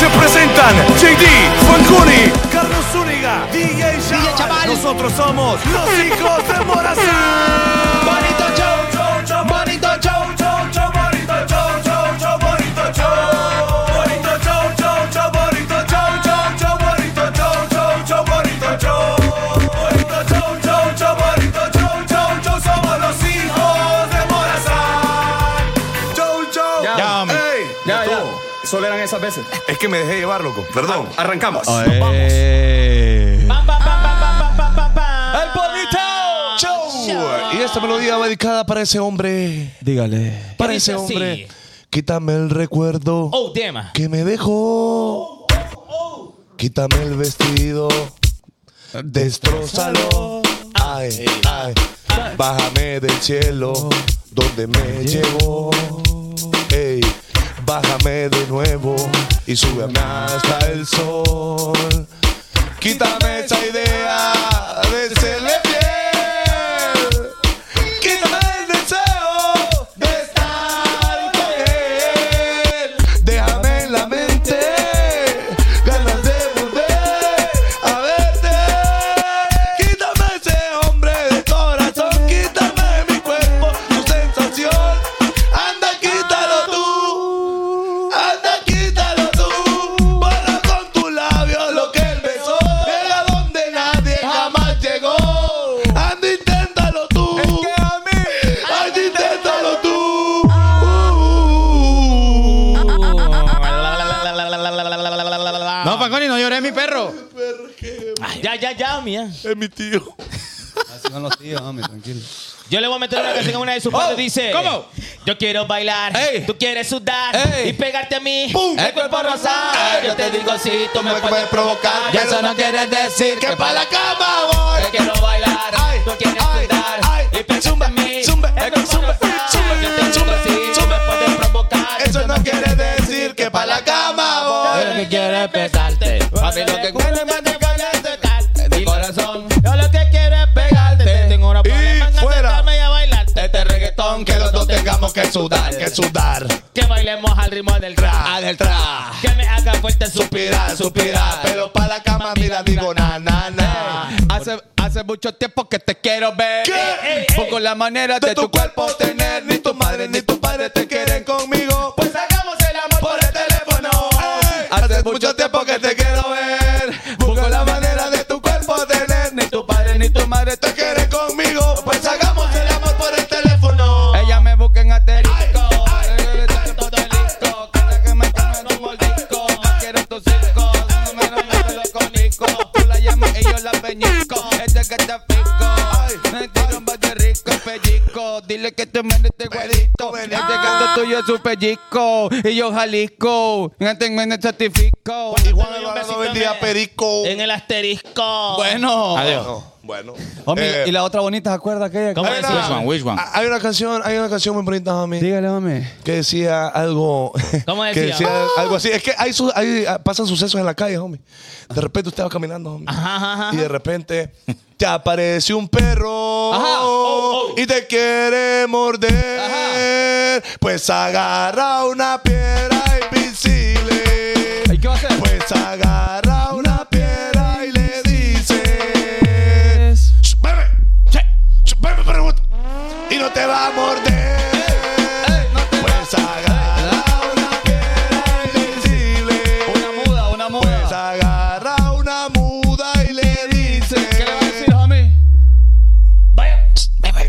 Jonathan, JD, Fancuni, Carlos Zúñiga, DJ Chaval. DJ Chaval. Nosotros somos los hijos de Morazán. Bonito show, show, bonito show. Ya, hombre. Ey, Ya, ya. Solo eran esas veces. Es que me dejé llevar, loco. Perdón. Arrancamos. Pam, pam, pam, pam, pam, pam, pam, pam. ¡El bonito show! Y esta melodía va dedicada para ese hombre. Dígale. Para dice ese hombre. así? Quítame el recuerdo Oh, tema. que me dejó. Quítame el vestido. Destrózalo. Ay, ay. Bájame del cielo donde me llevó. Ey, bájame de nuevo y súbeme hasta el sol. Quítame esa idea de serle fiel. Quítame el deseo de estar con él. Déjame en la mente ganas de volver a verte. Quítame ese hombre de corazón. Quítame mi cuerpo, tu sensación. Anda, quítalo tú. Anda, quítalo tú. Borra con tus labios lo que él besó. Llega donde nadie jamás llegó. Anda, inténtalo tú. Anda, inténtalo tú. Ah. Uh. No, Fanconi, no llores, mi perro. Ah, Ya, ya, ya, mía. Es mi tío. Así Ah, son los tíos, hombre, tranquilo. Yo le voy a meter una canción a una de sus partes. Dice: ¿cómo? Yo quiero bailar, Ey. tú quieres sudar Ey. y pegarte a mí. ¡Pum! El cuerpo rosado. Ey. Yo te digo, si tú me Me puedes puede provocar. provocar. Ya eso no quiere decir Que pa' la cama Yo voy. quiero bailar, Ay, tú quieres ay, sudar ay. y pegarte Zumba, a mí. zumba, El cuerpo zumba, rosado. zumba, Yo te digo, zumba, si tú zumba. me puedes provocar. Eso no quiere decir que pa' la cama voy. Yo lo que quiero es besarte. A mí lo que quiero es tocarte. Mi corazón. Yo lo que quiero es pegarte. Tengo una problema en fuera. aceptarme y a bailarte. Este reggaetón Aunque los dos tengamos que sudar, que sudar. Que bailemos al ritmo del rap. Al del tra. Que me haga fuerte suspirar, Suspirar, suspirar. Pero pa' la cama, mira, digo na, na, na. Hace, hace mucho tiempo que te quiero ver. ¿Qué? Poco la manera de, De tu cuerpo tener, ni tu madre ni tu padre te quieren conmigo. Pues hagamos el amor por el teléfono. Ey, Hace mucho tiempo que te quiero ver. Busco la manera de tu cuerpo tener, ni tu padre ni tu madre te quieren conmigo. Pues hagamos el amor por el teléfono. Ella me busca en asterisco. Ay, ay, Ella le da ay, todo ay, disco. Quiere que me coma tu mordisco. No quiero tus circos. No me rompas los conicos. Tú la llamas y yo la peñico. Este que te pico. Me tiro más de rico pellico. Dile que te mande este güerito. Este gato tuyo es su pellico. Y yo jalisco. Este me certifico. Y Juan Dame un Alvarado besito, vendía me- perico. En el asterisco. Bueno. Eh, No, bueno. Hombre, Eh, Oh, y la otra bonita, ¿se acuerda aquella? ¿Cómo hay decía? una- Which one, which one? a- Hay una canción, hay una canción muy bonita, homie. Dígale, hombre. que decía algo. ¿Cómo Que decía? decía algo así. Es que hay, su- hay- ah, pasan sucesos en la calle, homie. De repente usted va caminando, homie. Ajá, ajá, ajá. Y de repente te aparece un perro. Ajá. Oh, oh. Y te quiere morder. Pues agarra una piedra y pisile. ¿Y qué va a hacer? Pues agarra una piedra y le dice. "Shh, Bebe, sí, shh, bebe, pregunta. Y no te va a morder. Pues agarra una piedra y le dice. Una muda, una muda. Pues agarra una muda y le dice. ¿Qué le va a decir, homie? Vaya.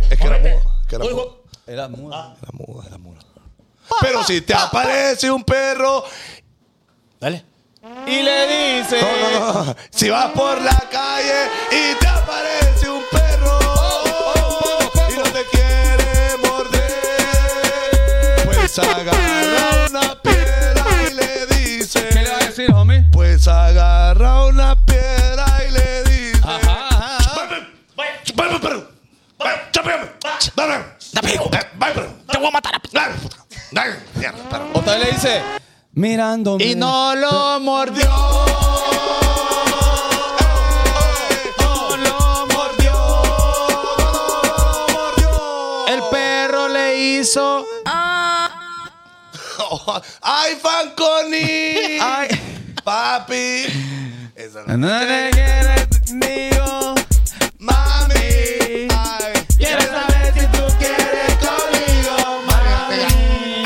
Es que era muda. que era Uy, muda. Ah, uy. Era muda. Era muda, era muda. Pero si te aparece un perro Dale. Y le dice. No, no, no. Si vas por la calle y te aparece un perro y no te quiere morder, pues agarra una piedra y le dice. ¿Qué le va a decir, homie? Pues agarra una piedra y le dice. Ajá, ajá. Vaya. Chúpame, perro. Vaya, chúpame. Dame. Eh, vaya, perro. Te voy a matar a Dame, puta. Dame, mierda, perro. O tal vez le dice. Mirándome. Y no lo mordió. No lo mordió, no lo mordió. El perro le hizo. ¡Ay, Fanconi! Ay. Papi. Esa no. No te quieres conmigo, Mami. Sí. Ay. quieres saber si tú quieres conmigo, mami.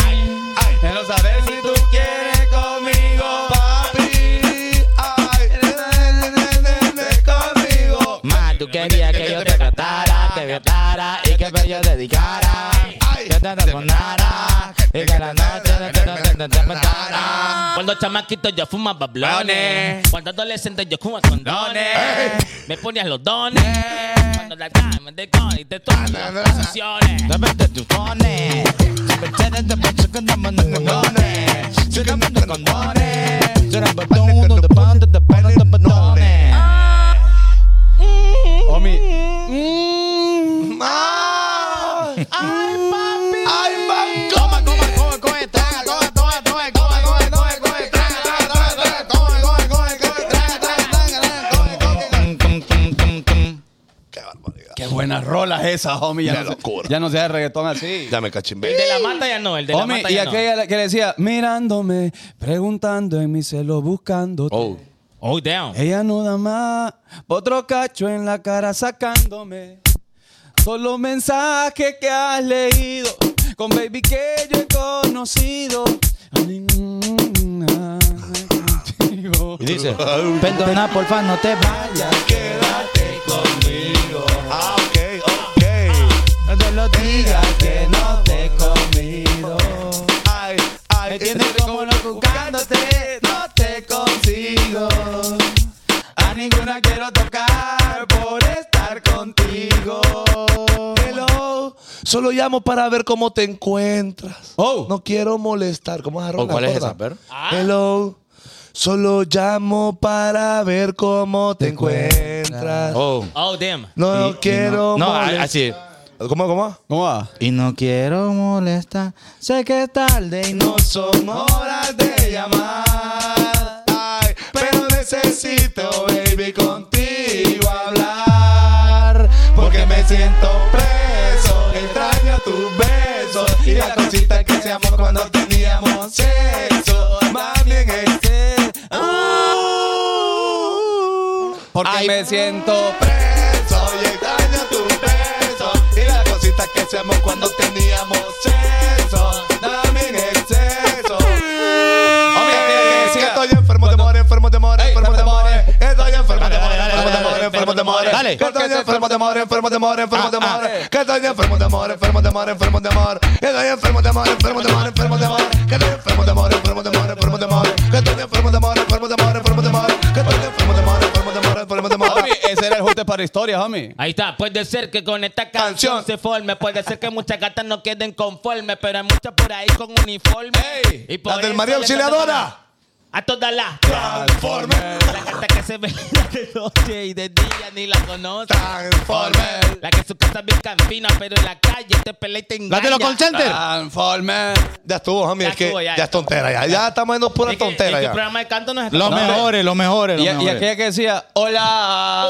Ay. Quiero saber si tú quieres conmigo, Papi. Ay. Quieres saber si tú quieres conmigo. Más tú querías que yo te cantara, te vietara y que me yo dedicara. Ay. Que te enamorara y que la noche de que no te- te te matara. Cuando chamaquito yo fumaba blones. Blones. Cuando adolescente yo fumaba condones. Me ponías los dones. Cuando la cama de con y te todas las posiciones. Dámete tus dones. Siempre tienes de pensar que andamos en condones. Si andamos en condones. Será batón, no te pandas, te pandas, te patones. Omi, Ay. Ay, papi. Ay, papi. Coma, coma, come, come, traga, toma, toma, toma, coma, come, come, come, traga, traga, traga, traga, come, come, come, come, traga, traga, traga, traga, come, come, come. Qué barbaridad. Qué buenas rolas esas, homie. Qué Ya, no se- locura. ya no se da reggaetón así. Ya me cachimbe. El de la mata ya no, el de la Homie, mata y ya no. aquella la- que le decía, mirándome, preguntando en mi celo, buscándote. Oh. Oh, damn. Ella no da más, otro cacho en la cara sacándome. Solo mensajes que has leído, con baby que yo he conocido. A ninguna contigo. Y dice, Perdona, porfa, no te vayas. quédate conmigo. Ah, ok, ok. No te lo digas que no te he comido. Ay, ay. Me tienes como loco buscándote, no te consigo. A ninguna quiero tocar por estar contigo. Hello. Solo llamo para ver cómo te encuentras. Oh. No quiero molestar. ¿Cómo es la rola, ¿cuál es gorda? esa, per? Ah. Hello. Solo llamo para ver cómo te, encuentras. Oh. Oh, damn. No quiero No, molestar. a- así. ¿Cómo, cómo? ¿Cómo va? Y no quiero molestar. Sé que es tarde y no. son horas de llamar. Ay, pero necesito, baby, contigo hablar. Porque me siento preso. Extraño tus besos. Y la cosita que hacíamos cuando teníamos sexo. Más bien este. Uh, Porque me siento. preso. Y extraño tus besos. Y la cosita que hacíamos cuando teníamos sexo. Más bien exceso. Hombre, que- que- que- Estoy enfermo de amor, enfermo de amor, enfermo de amor. Estoy enfermo de amor, dale, enfermo dale, de amor, enfermo de amor. dale. Ah, eh. Que Estoy enfermo de amor, enfermo de amor, enfermo de amor. Que Estoy enfermo de amor, enfermo de amor, enfermo de amor. Estoy enfermo de amor, enfermo de amor, enfermo de amor. Que Estoy enfermo de amor, enfermo de amor, enfermo de amor. Que Estoy enfermo de amor, enfermo de amor, enfermo de amor. Que Estoy enfermo de amor, enfermo de amor, enfermo de amor. Homie, ese era el junte para historias, homie. Ahí está, puede ser que con esta canción, Canción. se forme, puede ser que muchas gatas no queden conformes, pero hay muchas por ahí con uniforme. Ey, Y por La del eso María le mandamos Auxiliadora. A todas las Transformer. La gata que se ve de noche y de día ni la conoce. Transformer. La que su casa es bien campina, pero en la calle te pelea y te engaña. ¡La de los call center! Ah, Transformer. Ya estuvo, Jamie, Ya es que estuvo, ya. ya es tontera ya. Ya estamos en pura Es que- es tontera que el ya. programa de canto nos está Los mejores, los mejores, Y, los y mejores. aquella que decía, hola.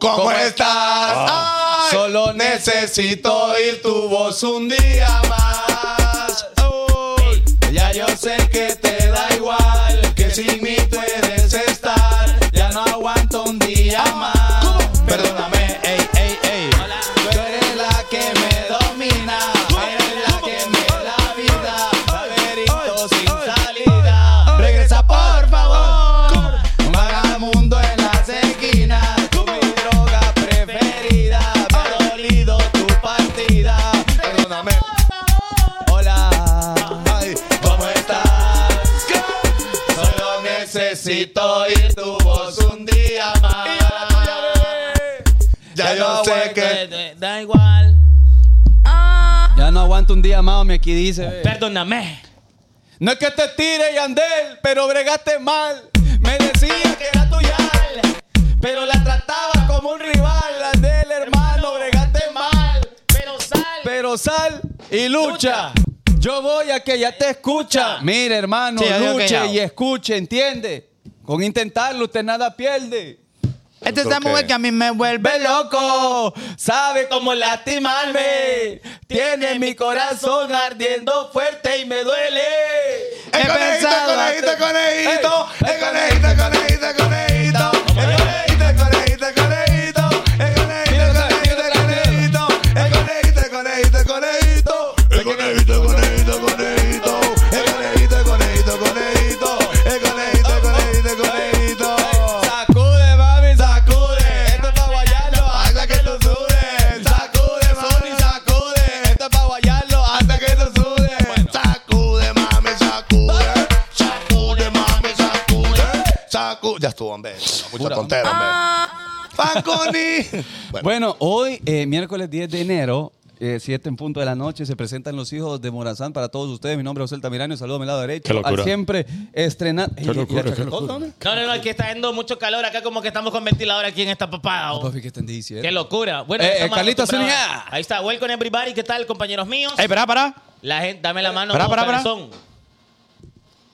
¿Cómo estás? Ay, Solo necesito ir tu voz un día más. Uy, ya yo sé que te da igual, que sin mí puedes estar. Ya no aguanto un día Ah, más. Perdóname, Ey, ey, ey. Tú eres la que me domina. Eres la que me da vida. Laberinto sin salida. Regresa, por favor. Vagamundo en las esquinas. Mi droga preferida. Me ha dolido tu partida. perdóname. Hola. Ay, ¿cómo estás? Solo necesito ir tu voz un día más. Ya yo sé que Da, da igual. Ya no aguanto un día más, me aquí dice. Perdóname. No es que te tire, Yandel, pero bregaste mal. Me decía que era tuya, pero la trataba como un rival. Yandel, hermano, bregaste mal. Pero sal. Pero sal y lucha. Yo voy a que ella te escucha. Mire, hermano, Sí, ya digo que luche ya. y escuche, ¿entiende? Con intentarlo usted nada pierde. Esta Este es la Creo mujer que- que a mí me vuelve. Ve loco, sabe cómo lastimarme. Tiene mi corazón ardiendo fuerte y me duele. El He conejito, pensado el conejito, hasta- el conejito, Ey, el conejito, el Facu. Ya estuvo, hombre. Mucha tontera, hombre. Facuni. Bueno, Bueno, hoy, eh, miércoles 10 de enero, 7 en punto de la noche, se presentan los hijos de Morazán para todos ustedes. Mi nombre es José Tamirano, saludo a mi lado derecho. Qué locura. Al siempre estrenar. Ey, ¿y la locura, qué chacotota, locura. hombre? No, no, no, aquí está haciendo mucho calor. Acá como que estamos con ventilador aquí en esta papada. Ah, oh. papi, ¿qué están diciendo? Qué locura. Bueno, Eh, ya estamos eh, Carlitos acostumbrados. Zúñiga. Ahí está, welcome everybody. ¿Qué tal, compañeros míos? ¡Ey, pará, pará! La gente, dame la mano. Pará, como pará, pará. cabezón.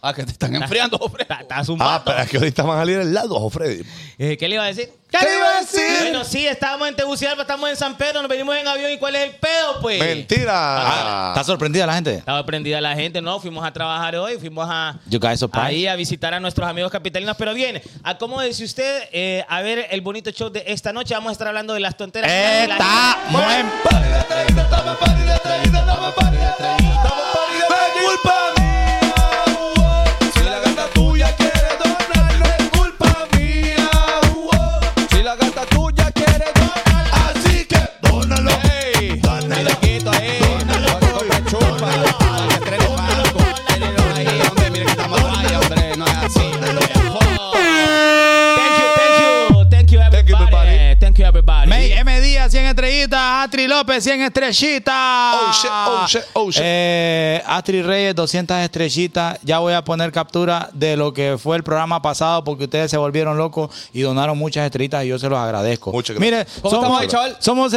Ah, que te están enfriando, hombre. Está, está ah, zumbando. pero es que ahorita van a salir el lado, ojo, Freddy. Eh, ¿Qué le iba a decir? ¿Qué le iba a decir? Bueno, sí, estábamos en Tegucigalpa, estamos en San Pedro, nos venimos en avión. ¿Y cuál es el pedo, pues? Mentira. ¿Está sorprendida la gente? Estaba prendida la gente, ¿no? Fuimos a trabajar hoy, fuimos a, You guys surprised? ahí a visitar a nuestros amigos capitalinos. Pero bien, acomódese usted eh, a ver el bonito show de esta noche. Vamos a estar hablando de las tonteras. de la Está gente. muy Si la gata tuya quiere donar, Así que dónalo. ey, Dónalo. le quito ahí. No me chupa, al que estrene banco. Tenelo ahí, hombre, mire que estamos guay, hombre, no es así. Thank you, thank you, thank you everybody. Thank you everybody. May M. Díaz, 100 estrellitas. Atri López, 100 estrellitas. Oh, shit, oh, shit, oh, shit. Eh, Atri Reyes, 200 estrellitas. Ya voy a poner captura de lo que fue el programa pasado porque ustedes se volvieron locos y donaron muchas estrellitas y yo se los agradezco. Muchas Mire, gracias. ¿Cómo estamos somos, ahí, chaval? somos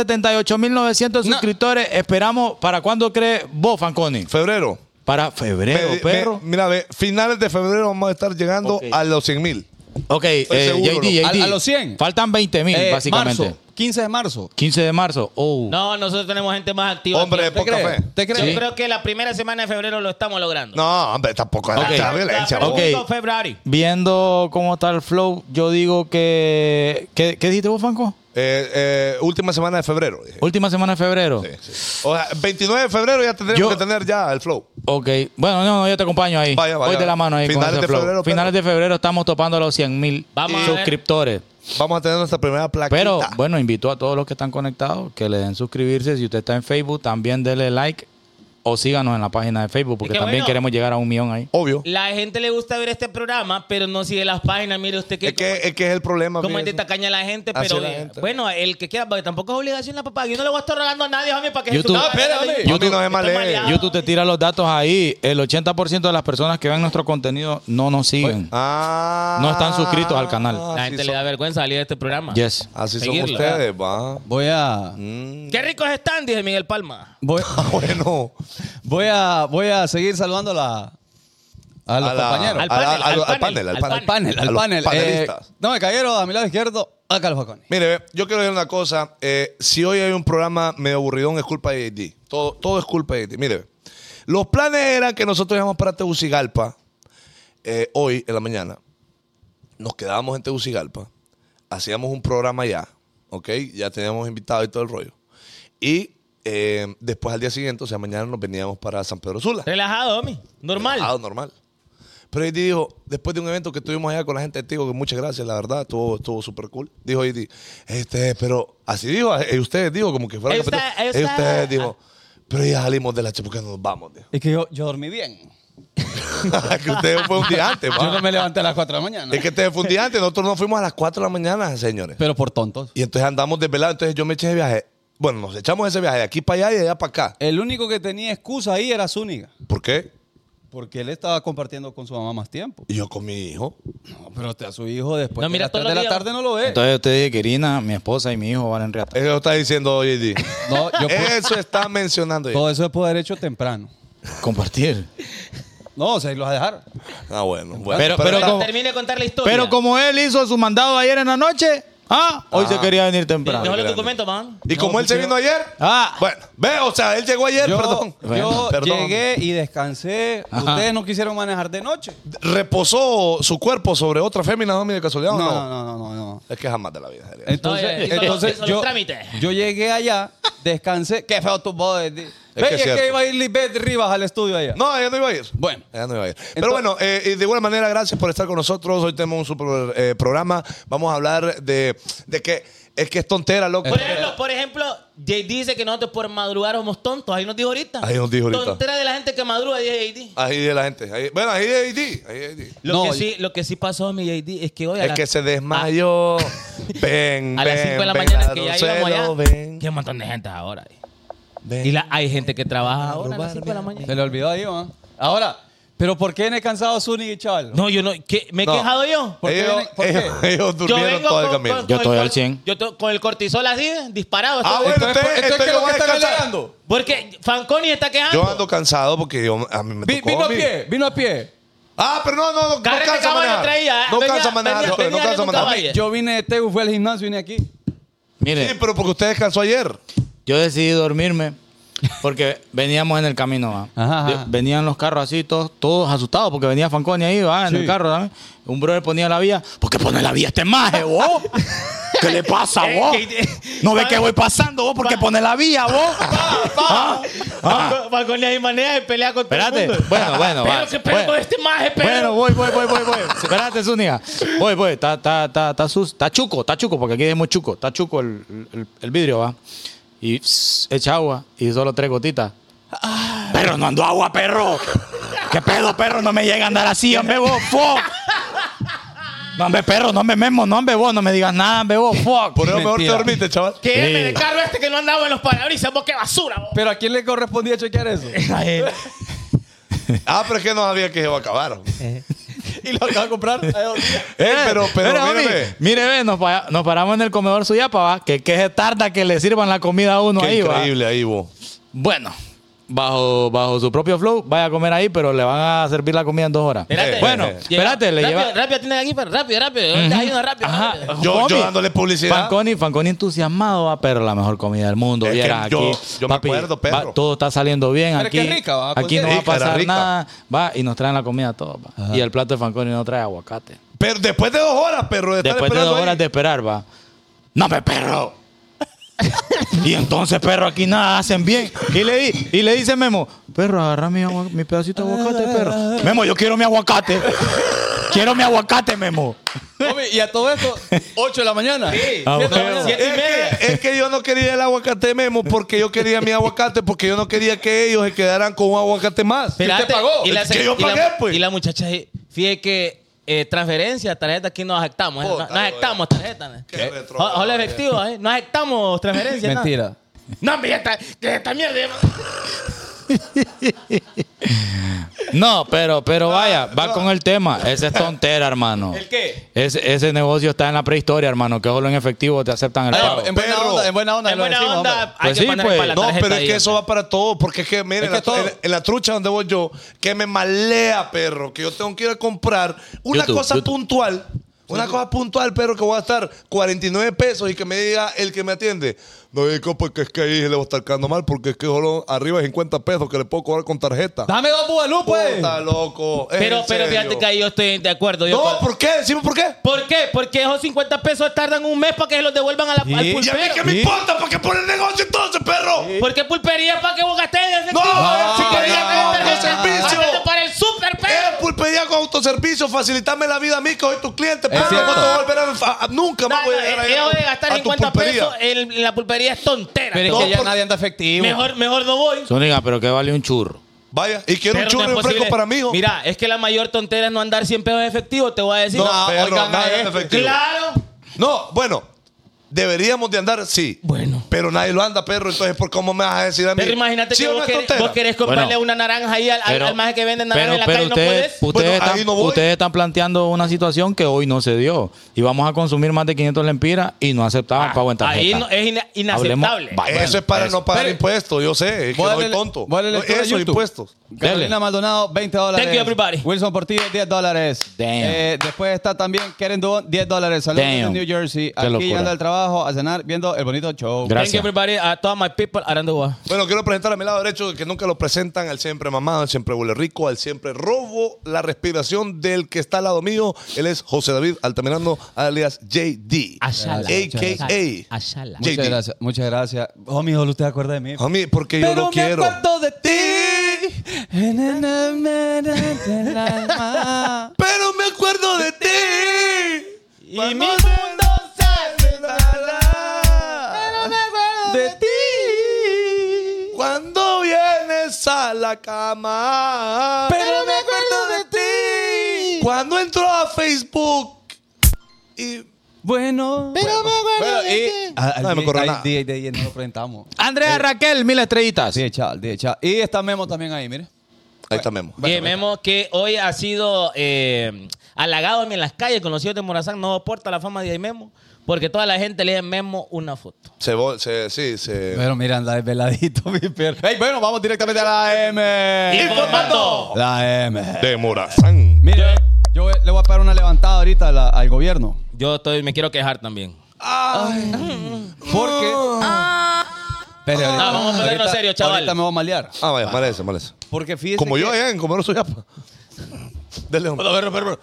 78.900 No. suscriptores. Esperamos, ¿para cuándo cree vos, Fanconi? Febrero. Para febrero, Me- perro. me- mira, ve, finales de febrero vamos a estar llegando Ok. a los 100 mil. ok, eh, seguro, JD, loco. JD. A- a los 100. Faltan 20 mil, Eh, básicamente. Marzo, 15 de marzo. 15 de marzo. Oh. No, nosotros tenemos gente más activa. Hombre de aquí. ¿Te poca crees? fe. ¿Te Yo crees? creo que la primera semana de febrero lo estamos logrando. No, hombre, tampoco es Ok. mucha violencia. Eh, La- vos. Ok. la- February. Viendo cómo está el flow, yo digo que. ¿Qué, qué dijiste vos, Franco? Eh, eh, última semana de febrero. dije. Última semana de febrero. Sí, sí. O sea, 29 de febrero ya tendremos Yo- que tener ya el flow. Ok. Bueno, no, no, yo te acompaño ahí. Vaya, vaya. Voy de la mano ahí. Finales con ese de flow. febrero, pero- Finales de febrero estamos topando los 100 mil Vamos a ver. suscriptores. Vamos a tener nuestra primera plaquita. Pero bueno, invito a todos los que están conectados que le den suscribirse. Si usted está en Facebook, también dele like o síganos en la página de Facebook porque que también bueno. queremos llegar a un millón ahí. Obvio. La gente le gusta ver este programa, pero no sigue las páginas. Mire usted que. Es que, es que es el problema. Como es de fíjese. tacaña la gente, Así pero la eh, gente. bueno, el que quiera, porque tampoco es obligación la papá. Yo no le voy a estar rogando a nadie, homie, para que YouTube- se suba No, a la espera, gente. homie. YouTube no es Está mal, eh. maleado. YouTube te tira los datos ahí. El 80% de las personas que ven nuestro contenido no nos siguen. Ah. No están suscritos al canal. La Así gente le da son, vergüenza salir de este programa. Yes. así son Seguirlo. ustedes, va. Voy a. Mm. Qué ricos están, dice Miguel Palma. Voy, Ah, bueno. voy a. Voy a seguir saludando a la. A los A la- compañeros. Al a la- panel, a lo- al al panel, al panel, al panel. panel, a al los panel. panelistas. Eh, no me cayeron a mi lado izquierdo, acá los facones. Mire, ve, yo quiero decir una cosa. eh, si hoy hay un programa medio aburridón, es culpa de JD. Todo, todo es culpa de JD. Mire, ve, los planes eran que nosotros íbamos para Tegucigalpa eh, hoy en la mañana. Nos quedábamos en Tegucigalpa. Hacíamos un programa ya, ¿ok? Ya teníamos invitados y todo el rollo. Y eh, después al día siguiente, o sea, mañana nos veníamos para San Pedro Sula. Relajado, homie. Normal. Relajado, Ah, normal. Pero JD dijo, después de un evento que tuvimos allá con la gente de Tigo, que muchas gracias, la verdad, estuvo, estuvo súper cool. Dijo JD, este, pero así dijo, eh, ustedes dijo, como que fuera Ahí está, capital. ahí Eh, está. ustedes dijo, pero ya salimos de la che, ¿por qué no nos vamos? Dijo. Es que yo, yo dormí bien. que ustedes fue un día antes, Yo va. no me levanté a las 4 de la mañana. Es que ustedes fue un día antes, nosotros nos fuimos a las 4 de la mañana, señores. Pero por tontos. Y entonces andamos desvelados, entonces yo me eché ese viaje. Bueno, nos echamos ese viaje de aquí para allá y de allá para acá. El único que tenía excusa ahí era Zúñiga. ¿Por qué? Porque él estaba compartiendo con su mamá más tiempo. Y yo con mi hijo. No, pero a su hijo después No, de mira, las todos 3 de los la días- tarde no lo ve. Entonces usted dice que Irina, mi esposa y mi hijo van en reata. Eso está diciendo JD. no, yo Eso está mencionando JD. todo eso es poder hecho temprano. Compartir. No, o sea, irlos a dejar. Ah, bueno. bueno. Pero- Pero como- termine de contar la historia. Pero como él hizo su mandado ayer en la noche, ah, hoy Ah. se quería venir Déjale temprano. Grande. el documento, man. Y como él se vino ayer. Ah. Bueno, ve, o sea, él llegó ayer, Yo, Eh, perdón. yo Bueno, perdón. llegué y descansé. Ajá. Ustedes no quisieron manejar de noche. Reposó su cuerpo sobre otra fémina, homie, de casualidad No, o no? no, no, no, no. no. Es que jamás de la vida. sería. Entonces, No, eh, eso no- entonces eso no es yo, trámite. yo llegué allá, descansé. Qué feo tu voz. Es que es es cierto. que iba a ir Lisbeth Rivas al estudio allá. No, ella no iba a ir. Bueno. Ella no iba a ir. Pero Entonces- bueno, eh, y de igual manera, gracias por estar con nosotros. Hoy tenemos un super eh, programa. Vamos a hablar de, de que es que es tontera, loco. Por ejemplo, por ejemplo, JD dice que nosotros por madrugar somos tontos. Ahí nos dijo ahorita. Ahí nos dijo ahorita. Tontera de la gente que madruga, dice JD. Ahí de la gente. ahí- bueno, ahí de AD. Ahí de AD. Lo, No, que y- sí, lo que sí pasó, mi JD, es que hoy. a El la- que se desmayó. ven, A las 5 de la mañana que ya íbamos allá. Ven, Qué montón de gente ahora. eh. ven. Y la, hay gente que trabaja ahora a las 5 de la mañana. Se le olvidó ahí, ¿no? Ahora, ¿pero por qué no he cansado Zuni y Chaval? No, yo no. ¿qué? ¿Me he No. quejado yo? ¿Por qué ellos, viene- por qué? ellos- ellos Yo durmieron vengo todo el con- camino. con- Yo con estoy el al cor- 100. Yo to- con el cortisol así, disparado. estoy- Ah, bueno, Entonces, ustedes- ¿por- entonces, ustedes ¿qué lo es lo van que a está descansar. peleando? Porque Fanconi está quejando. Yo ando cansado porque yo, a mí me Vi- tocó. vino a mí. pie, vino a pie. Ah, pero no, no, no, no Carrete cansa caballo manejar. traía, ¿eh? No Venía- cansa manejar, venía- joder, no venía cansa en un manejar. caballo. Yo vine de Tegu, fui al gimnasio, vine aquí. Sí, Mire, pero porque usted descansó ayer. yo decidí dormirme porque veníamos en el camino, ¿va? Ajá, ajá. Yo- Venían los carros así, todos, todos asustados porque venía Fanconi ahí, ¿va? En Sí. el carro, ¿sabes? Un brother ponía la vía. ¿Por qué pone la vía este maje, vos? ¿Qué le pasa, Eh, vos? que- ¿No ve que voy pasando, vos? ¿Por qué pone la vía, vos? ¿Ah? ¿Ah? Fa- Fanconi ahí maneja y pelea con todo el Espérate. mundo. Bueno, bueno, va. Pero que pedo Bueno. con este maje, pero. Bueno, voy, voy, voy, voy, voy. Espérate, Zúñiga. Voy, voy. Está, está, está, está sus, está chuco, está chuco, porque aquí decimos chuco. Está chuco el, el- el vidrio, va. Y pss, echa agua y solo tres gotitas. Perro, no ando agua, perro. ¿Qué pedo, perro? No me llega a andar así, hombre, vos, fuck. No, hombre, perro, no me memo, no, hombre, vos, no me digas nada, hombre, vos, fuck. Por eso mejor te Mentira. dormiste, chaval. Que Sí. el carro este que no andaba en los parabrisas, vos qué basura, vos. ¿Pero a quién le correspondía chequear eso? Ah, pero es que no sabía que se iba a acabar. Eh, ¿Y lo acabas de comprar? Eh, pero, pero, Eh, Mira, homie, mírame. mire, ve, nos, pa- nos paramos en el comedor suyapa, va. Que, que se tarda que le sirvan la comida a uno Qué ahí, va. increíble ahí, vos. Bueno, bajo, bajo su propio flow, vaya a comer ahí, pero le van a servir la comida en dos horas. Eh, Espérate. Bueno, espérate, le rápido, lleva. Rápido, tiene aquí, pero rápido, rápido. Ahorita Hay una rápido. rápido. Yo- yo homie, dándole publicidad. Fanconi, Fanconi entusiasmado, va, pero la mejor comida del mundo. Es que Viera, yo- aquí, yo me acuerdo, perro. va, todo está saliendo bien. Pero es aquí que es rica, va, pues, aquí no sí. va a Rica, era pasar rica. nada. Va, y nos traen la comida todo. va. Y el plato de Fanconi no trae aguacate. Pero después de dos horas, perro. De estar Después de esperando dos horas ahí. de esperar, va. ¡No me perro! y entonces, perro, aquí nada hacen bien. Y le, di- y le dice Memo, perro, agarra mi, agua- mi pedacito de aguacate, perro. Memo, yo quiero mi aguacate. quiero mi aguacate, Memo. Hombre, y a todo esto, 8 de la mañana. Sí. Ah, bueno. Siete y media. Es que, es que yo no quería el aguacate Memo porque yo quería mi aguacate porque yo no quería que ellos se quedaran con un aguacate más. Espérate, ¿Quién te pagó? Y la, Es que yo y la- pagué, pues. y la muchacha, ahí, fíjate que eh, transferencia, tarjeta, aquí no aceptamos. eh, no, Puta, no aceptamos tarjeta. Qué ¿Qué? retro- Jo- Solo efectivo, eh, no aceptamos transferencia. nada. Mentira. No, hombre, ya está, que esta mierda. ya- No, pero, pero vaya, va con el tema. Esa es tontera, hermano. ¿El qué? Ese, ese negocio está en la prehistoria, hermano, que solo en efectivo te aceptan el Ah, em, pago. en buena perro. onda, en buena onda. En lo buena decimos, onda, hombre. hay Pues que sí, poner pues. para la No, tarjeta pero es ahí, que eso va para todo, porque es que, mira, en, que la, todo. en- en la trucha donde voy yo, que me malea, perro, que yo tengo que ir a comprar una YouTube, cosa YouTube. puntual, una cosa puntual, perro, que voy a estar 49 pesos y que me diga el que me atiende. No digo, porque es que ahí le voy a estar quedando mal, porque es que solo arriba de 50 pesos que le puedo cobrar con tarjeta. Dame dos bubalú, pues. Puta, loco. es Pero, en pero serio. fíjate que ahí yo estoy de acuerdo. Yo No, con- ¿por qué? Decime por qué. ¿Por qué? Porque esos 50 pesos tardan un mes para que se los devuelvan a la, al Y a mí pulpero. que me Sí. importa, ¿para qué pone el negocio entonces, perro? ¿Por qué pulpería es para que vos gastes? en No, efectivo? si quería Ah, que tarjeta, autoservicio. ándate para el super, perro. Eh, pulpería con autoservicio, facilitame la vida a mí, que soy tu cliente, pero no te cierto. voy a volver a, a- a- nunca No, más voy a no, llegar a, eh, ir a eso tu- de gastar a tu 50 pulpería. pesos en, en la pulpería es tontera. Pero es No, que ya por- nadie anda efectivo. mejor, mejor no voy. Zúñiga, pero que vale un churro. Vaya, y quiero un Pero churro no y es un fresco posible. para mi hijo. Mira, es que la mayor tontera es no andar 100 pesos de efectivo, te voy a decir. eh, no, no, perro, oigan a nadie anda este. efectivo. claro. No, bueno, deberíamos de andar, sí. Bueno. Pero nadie lo anda, perro, entonces, ¿por cómo me vas a decir a mí? Pero imagínate ¿Sí que o vos no es querés, tontera? vos querés comprarle Bueno, una naranja ahí al, al- al maje que vende naranja pero- en la pero calle, no ustedes, puedes. ustedes Bueno, ahí están, no voy. ustedes están planteando una situación que hoy no se dio. Y vamos a consumir más de 500 lempiras y no aceptaban pago en tarjeta. Ahí no- es ina- inaceptable. Hablemos- Eso es para no pagar Pero- impuestos, yo sé, es que Voy a soy darle- tonto. voy a darle No, lectura a Eso, YouTube. impuestos. Carolina Maldonado, 20 dólares. Thank you, everybody. Wilson Portillo, 10 dólares. Damn. Eh, después está también Karen Duon, 10 dólares. Saludos Damn. de New Jersey. Qué Aquí locura. llegando al trabajo a cenar viendo el bonito show. Gracias. Thank you everybody, a todas my people around the world. Bueno, quiero presentar a mi lado derecho que nunca lo presentan al siempre mamado, al siempre huele rico, al siempre robo la respiración del que está al lado mío. Él es José David Altamirano, alias JD. Ayala. AKA. Ayala. JD. Muchas gracias, muchas gracias. Homie, solo usted acuerda de mí. Homie, porque yo lo quiero. de ti. en el nombre del alma. Pero me acuerdo de ti. Y mi Cuando mundo se separará. De ti. la cama. Pero me acuerdo de ti. Cuando entró a Facebook y Bueno. Pero me acuerdo Bueno, de y- ti. Ah, no me corro nada. DJ, DJ, no lo presentamos. Andrea Raquel, mil estrellitas. Sí, chaval, DJ, chaval. Y está Memo también ahí, mire. ahí está Memo. Oye, Memo, que hoy ha sido eh, halagado en las calles con los hijos de Morazán. No aporta la fama de ahí Memo, porque toda la gente le dice Memo una foto. Se, vol- se sí, se Pero mira, anda desveladito, mi perro. Ey, bueno, vamos directamente a la M. Informando. La M. de Morazán. Mire, yo le voy a pegar una levantada ahorita a la- al gobierno. Yo estoy, me quiero quejar también. Porque. Pero ahorita- Ah, vamos a ponernos ahorita- serios, chaval. Ahorita me voy a malear. Ah, vaya, parece, parece. Porque fíjese. Como que- yo allá en Comero Suyapa. Dele, hombre.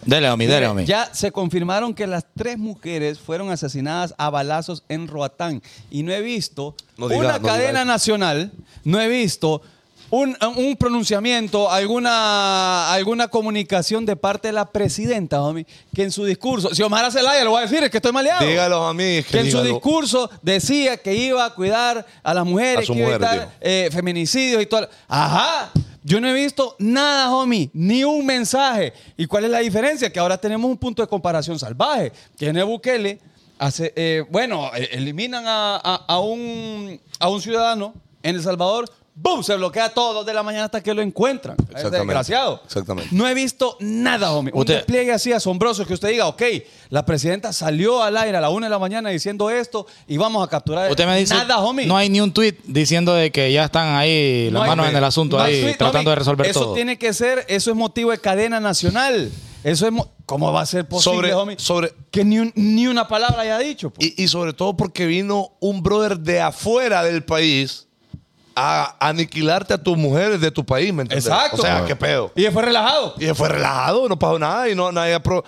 Dele, homie, dele, homie. Eh, Ya se confirmaron que las tres mujeres fueron asesinadas a balazos en Roatán. Y no he visto No diga, una no diga cadena eso. nacional, no he visto un, un pronunciamiento, alguna, alguna comunicación de parte de la presidenta, homie, que en su discurso, si Omar Zelaya lo va a decir, es que estoy maleado. Dígalo a mí. es Que en su dígalo. discurso decía que iba a cuidar a las mujeres, A su que iba mujer, evitar dijo. eh, feminicidios y todo. lo- Ajá, yo no he visto nada, homie, ni un mensaje. ¿Y cuál es la diferencia? Que ahora tenemos un punto de comparación salvaje. Que en Bukele, hace, eh, bueno, eh, eliminan a, a- a un, a un ciudadano en El Salvador. ¡Bum! Se bloquea todo dos de la mañana hasta que lo encuentran. A ese Exactamente. Desgraciado. Exactamente. No he visto nada, homie. Usted- Un despliegue así asombroso que usted diga, ok, la presidenta salió al aire a la una de la mañana diciendo esto y vamos a capturar. Usted me dice, nada, homie. no hay ni un tweet diciendo de que ya están ahí No las hay- manos en el asunto, no hay ahí tweet, homie. tratando de resolver eso todo. tiene que ser, eso es motivo de cadena nacional. Eso es, mo- ¿cómo va a ser posible, Sobre- homie? sobre- que ni, un- ni una palabra haya dicho. pues? po? Y, y sobre todo porque vino un brother de afuera del país a aniquilarte a tus mujeres de tu país, ¿me entiendes? Exacto. O sea, qué pedo. Y fue relajado. Y fue relajado, no pasó nada y no nadie apro-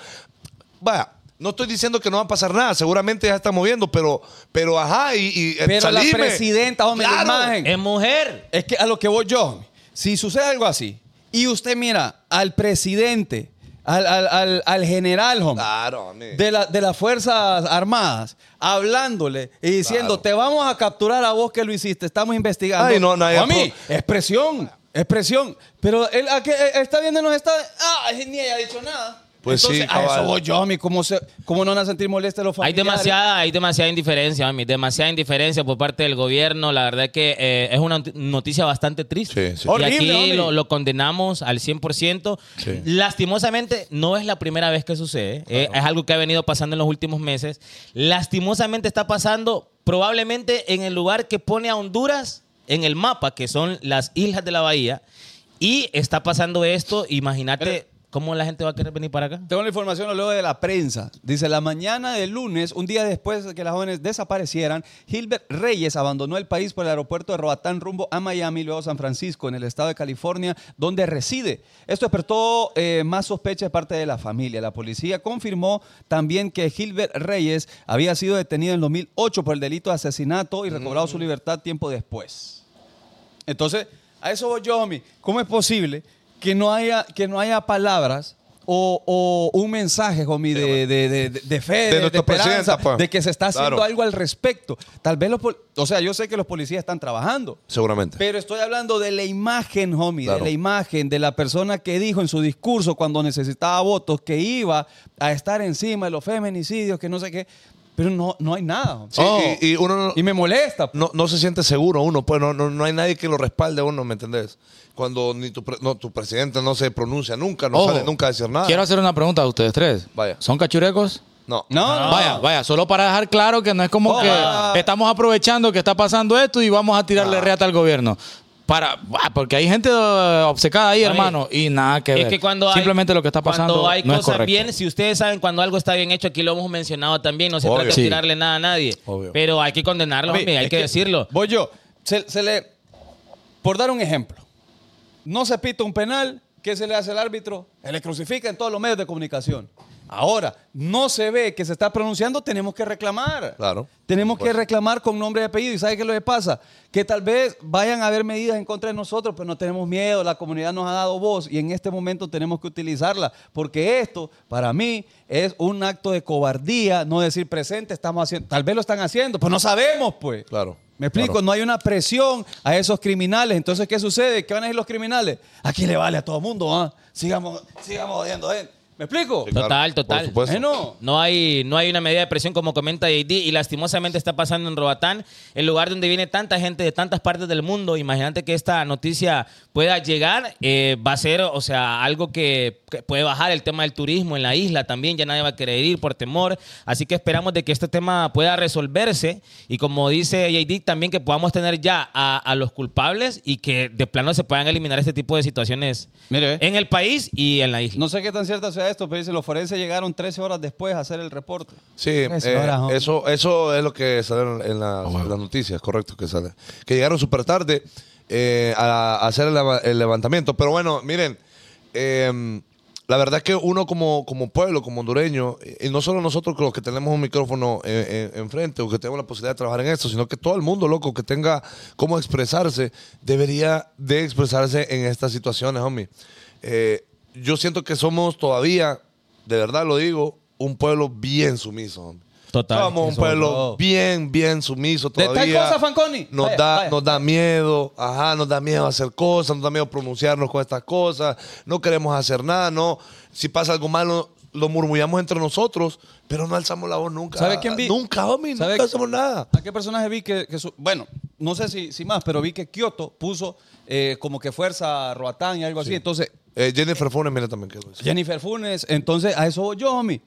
Vaya, no estoy diciendo que no va a pasar nada, seguramente ya está moviendo, pero, pero ajá, y, y eh, Pero salime. la presidenta, homie, Claro. la imagen. Es mujer. Es que a lo que voy yo, homie, si sucede algo así y usted mira al presidente, al, al- al- al general, homie, Claro, amigo. de, la- de las Fuerzas Armadas, hablándole y diciendo, te vamos a capturar a vos que lo hiciste, estamos investigando. Ay, no, nadie a mí, apro- expresión, expresión. Pero él ¿a qué? Eh, está viendo nos está... Ah, ni ella ha dicho nada. Pues sí, Entonces, a eso cabal. voy yo, homie, ¿cómo, se- cómo no van a sentir molestia los Hay familiares? demasiada, hay demasiada indiferencia, mami. Demasiada indiferencia por parte del gobierno. La verdad que eh, es una not- noticia bastante triste. Sí, sí. Y Horrible, aquí homie. lo, lo condenamos al 100%. Sí. Lastimosamente, no es la primera vez que sucede. Eh, es algo que ha venido pasando en los últimos meses. Lastimosamente está pasando probablemente en el lugar que pone a Honduras en el mapa, que son las islas de la bahía. Y está pasando esto. Imagínate cómo la gente va a querer venir para acá. Tengo la información luego de la prensa. Dice, la mañana del lunes, un día después de que las jóvenes desaparecieran, Gilbert Reyes abandonó el país por el aeropuerto de Roatán rumbo a Miami, luego San Francisco, en el estado de California, donde reside. Esto despertó eh, más sospecha de parte de la familia. La policía confirmó también que Gilbert Reyes había sido detenido en 2008 por el delito de asesinato y recobrado su libertad tiempo después. Entonces, a eso voy yo, homie. ¿Cómo es posible que no haya, que no haya palabras o, o un mensaje, homie, de, de, de- de- de fe, de, de nuestro esperanza, presidente, pues. de que se está haciendo Claro. algo al respecto? Tal vez los... pol- O sea, yo sé que los policías están trabajando. Seguramente. Pero estoy hablando de la imagen, homie, Claro. de la imagen de la persona que dijo en su discurso cuando necesitaba votos que iba a estar encima de los feminicidios, que no sé qué. Pero no, no hay nada. homie. Sí, Oh. y, y uno no, Y me molesta. pues. no, no se siente seguro uno, pues no, no, no hay nadie que lo respalde a uno, ¿me entendés? Cuando ni tu, pre- no, tu presidente no se pronuncia nunca, no Ojo, sale nunca a decir nada. Quiero hacer una pregunta a ustedes tres. Vaya. ¿Son cachurecos? No. No, no. Vaya, vaya, solo para dejar claro que no es como Oh, que ah. estamos aprovechando que está pasando esto y vamos a Ah. tirarle reata al gobierno. Para, ah, porque hay gente eh, obcecada ahí, Oye, hermano, y nada que ver. Es que cuando hay- Simplemente lo que está pasando Cuando hay no es cosas correcto. bien, si ustedes saben cuando algo está bien hecho, aquí lo hemos mencionado también. No se Obvio. trata de Sí. tirarle nada a nadie. Obvio. Pero hay que condenarlo, Papi, hombre, hay es que, decirlo. Voy yo. Se, se le, por dar un ejemplo, no se pita un penal, ¿qué se le hace al árbitro? Se le crucifica en todos los medios de comunicación. Ahora, no se ve que se está pronunciando, tenemos que reclamar. Claro. Tenemos Por que reclamar con nombre y apellido. ¿Y sabe qué es lo que pasa? Que tal vez vayan a haber medidas en contra de nosotros, pero no tenemos miedo. La comunidad nos ha dado voz y en este momento tenemos que utilizarla. Porque esto, para mí, es un acto de cobardía. No decir presente, estamos haciendo. Tal vez lo están haciendo, pero no sabemos, pues. Claro. Me explico, no hay una presión a esos criminales. Entonces, ¿qué sucede? ¿Qué van a decir los criminales? Aquí le vale a todo mundo, ¿ah? Sigamos, sigamos jodiendo, ¿eh? ¿Me explico? Sí, Total, claro, total. Por supuesto. Bueno, No hay, no hay una medida de presión como comenta JD y lastimosamente está pasando en Roatán, el lugar donde viene tanta gente de tantas partes del mundo. Imagínate que esta noticia pueda llegar, eh, va a ser, o sea, algo que, que puede bajar el tema del turismo en la isla también, ya nadie va a querer ir por temor. Así que esperamos de que este tema pueda resolverse y como dice JD también que podamos tener ya a, a los culpables y que de plano se puedan eliminar este tipo de situaciones Mire, eh. en el país y en la isla. no sé qué tan cierto sea esto, pero dice, los forenses llegaron 13 horas después a hacer el reporte. Sí, Eso eh, era, hombre. eso, eso es lo que sale en, en las, en las noticias, correcto, que sale. Que llegaron súper tarde eh, a, a hacer el, leva- el levantamiento. Pero bueno, miren, eh, la verdad es que uno como, como pueblo, como hondureño, eh, y no solo nosotros los que tenemos un micrófono eh, eh, enfrente o que tenemos la posibilidad de trabajar en esto, sino que todo el mundo, loco, que tenga cómo expresarse, debería de expresarse en estas situaciones, homie. Eh, yo siento que somos todavía, de verdad lo digo, un pueblo bien sumiso, homie. Total. Somos un eso, pueblo bro. bien, bien sumiso ¿De tal todavía. cosa, Fanconi? Nos, Vaya, da, vaya. nos da miedo, ajá, nos da miedo hacer cosas, nos da miedo pronunciarnos con estas cosas, no queremos hacer nada, no. Si pasa algo malo, lo murmullamos entre nosotros, pero no alzamos la voz nunca. ¿Sabe quién vi? Nunca, homie, ¿Sabe- nunca hacemos nada. ¿A qué personaje vi que, que su- bueno, no sé si, si más, pero vi que Kioto puso eh, como que fuerza a Roatán y algo así. Entonces, Eh, Jennifer Funes, mira también que lo dice. Jennifer Funes, entonces a eso voy yo, homie.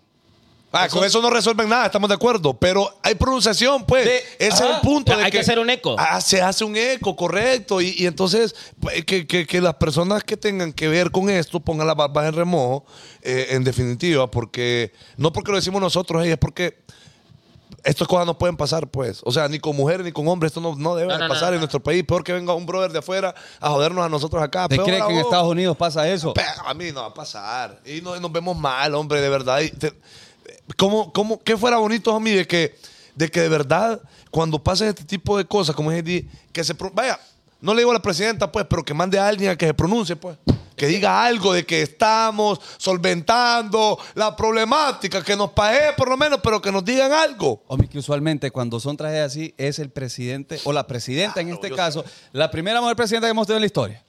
Ah, con eso no resuelven nada, estamos de acuerdo. Pero hay pronunciación, pues. De- Ese es ajá. el punto. Hay que hacer un eco. Ah, se hace un eco, correcto. Y, y entonces, pues, que, que- que las personas que tengan que ver con esto pongan las barbas en remojo, eh, en definitiva, porque no porque lo decimos nosotros, eh, es porque estas cosas no pueden pasar, pues. O sea, ni con mujeres ni con hombres, esto no, no debe No, de no, no, pasar en no, no. nuestro país. Peor que venga un brother de afuera a jodernos a nosotros acá. ¿Te Peor crees a que en vos. Estados Unidos pasa eso? Pero a mí no va a pasar. Y no- nos vemos mal, hombre, de verdad. Y te- ¿Cómo, cómo, ¿Qué fuera bonito, homie, de que, de que de verdad, cuando pasen este tipo de cosas, como es el- que se... pro- Vaya, no le digo a la presidenta, pues, pero que mande a alguien a que se pronuncie, pues. Que diga algo de que estamos solventando la problemática, que nos pague por lo menos, pero que nos digan algo. Homie, que usualmente cuando son tragedias así es el presidente o la presidenta en Claro, este yo caso, la primera mujer presidenta que hemos tenido en la historia,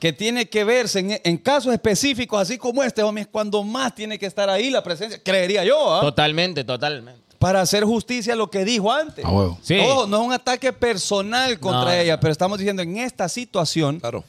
que tiene que verse en, en casos específicos así como este, homie, es cuando más tiene que estar ahí la presencia, creería yo, ¿ah? Totalmente, totalmente. para hacer justicia a lo que dijo antes. A huevo. Sí. Ojo, no es un ataque personal contra No, ella, no. pero estamos diciendo en esta situación, Claro.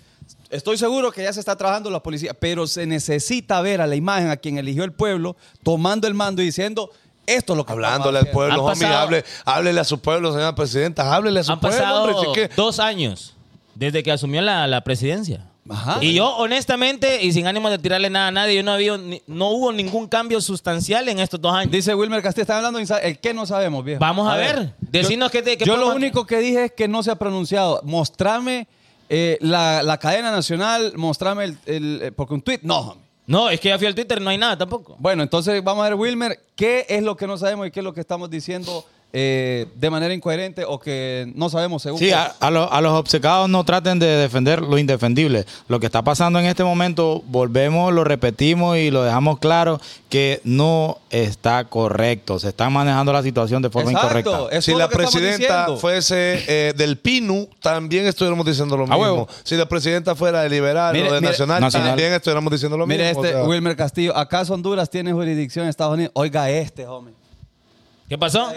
estoy seguro que ya se está trabajando la policía, pero se necesita ver a la imagen a quien eligió el pueblo tomando el mando y diciendo esto es lo que estamos Hablándole al haciendo. pueblo, Han homie, pasado- hable- háblele a su pueblo, señora presidenta, háblele a su Han pueblo, pasado hombre, si es que- dos años desde que asumió la, la presidencia. Ajá. Y yo, honestamente, y sin ánimo de tirarle nada a nadie, yo no, había, ni- no hubo ningún cambio sustancial en estos dos años. Dice Wilmer Castillo, están hablando de insa- el que no sabemos, viejo. Vamos a ver. Decinos yo, qué te- qué Yo lo podemos- único que dije es que no se ha pronunciado. Mostrame eh, la, la cadena nacional, mostrame el, el- eh, porque un tweet, no, homie. No, es que ya fui al Twitter, no hay nada tampoco. Bueno, entonces vamos a ver, Wilmer, qué es lo que no sabemos y qué es lo que estamos diciendo eh, de manera incoherente o que no sabemos según. Sí, vos. ah, a, a lo- a los obcecados no traten de defender lo indefendible. Lo que está pasando en este momento, volvemos, lo repetimos y lo dejamos claro que no está correcto. Se está manejando la situación de forma Exacto, incorrecta. eso si es la lo que estamos presidenta diciendo. fuese eh, del PINU, también estuviéramos diciendo lo A mismo. huevo. Si la presidenta fuera de Liberal Mire, o de mire, Nacional, Nacional. también estuviéramos diciendo lo Mire mismo. este, o sea. Wilmer Castillo, ¿acaso Honduras tiene jurisdicción en Estados Unidos? Oiga este, hombre. ¿Qué pasó?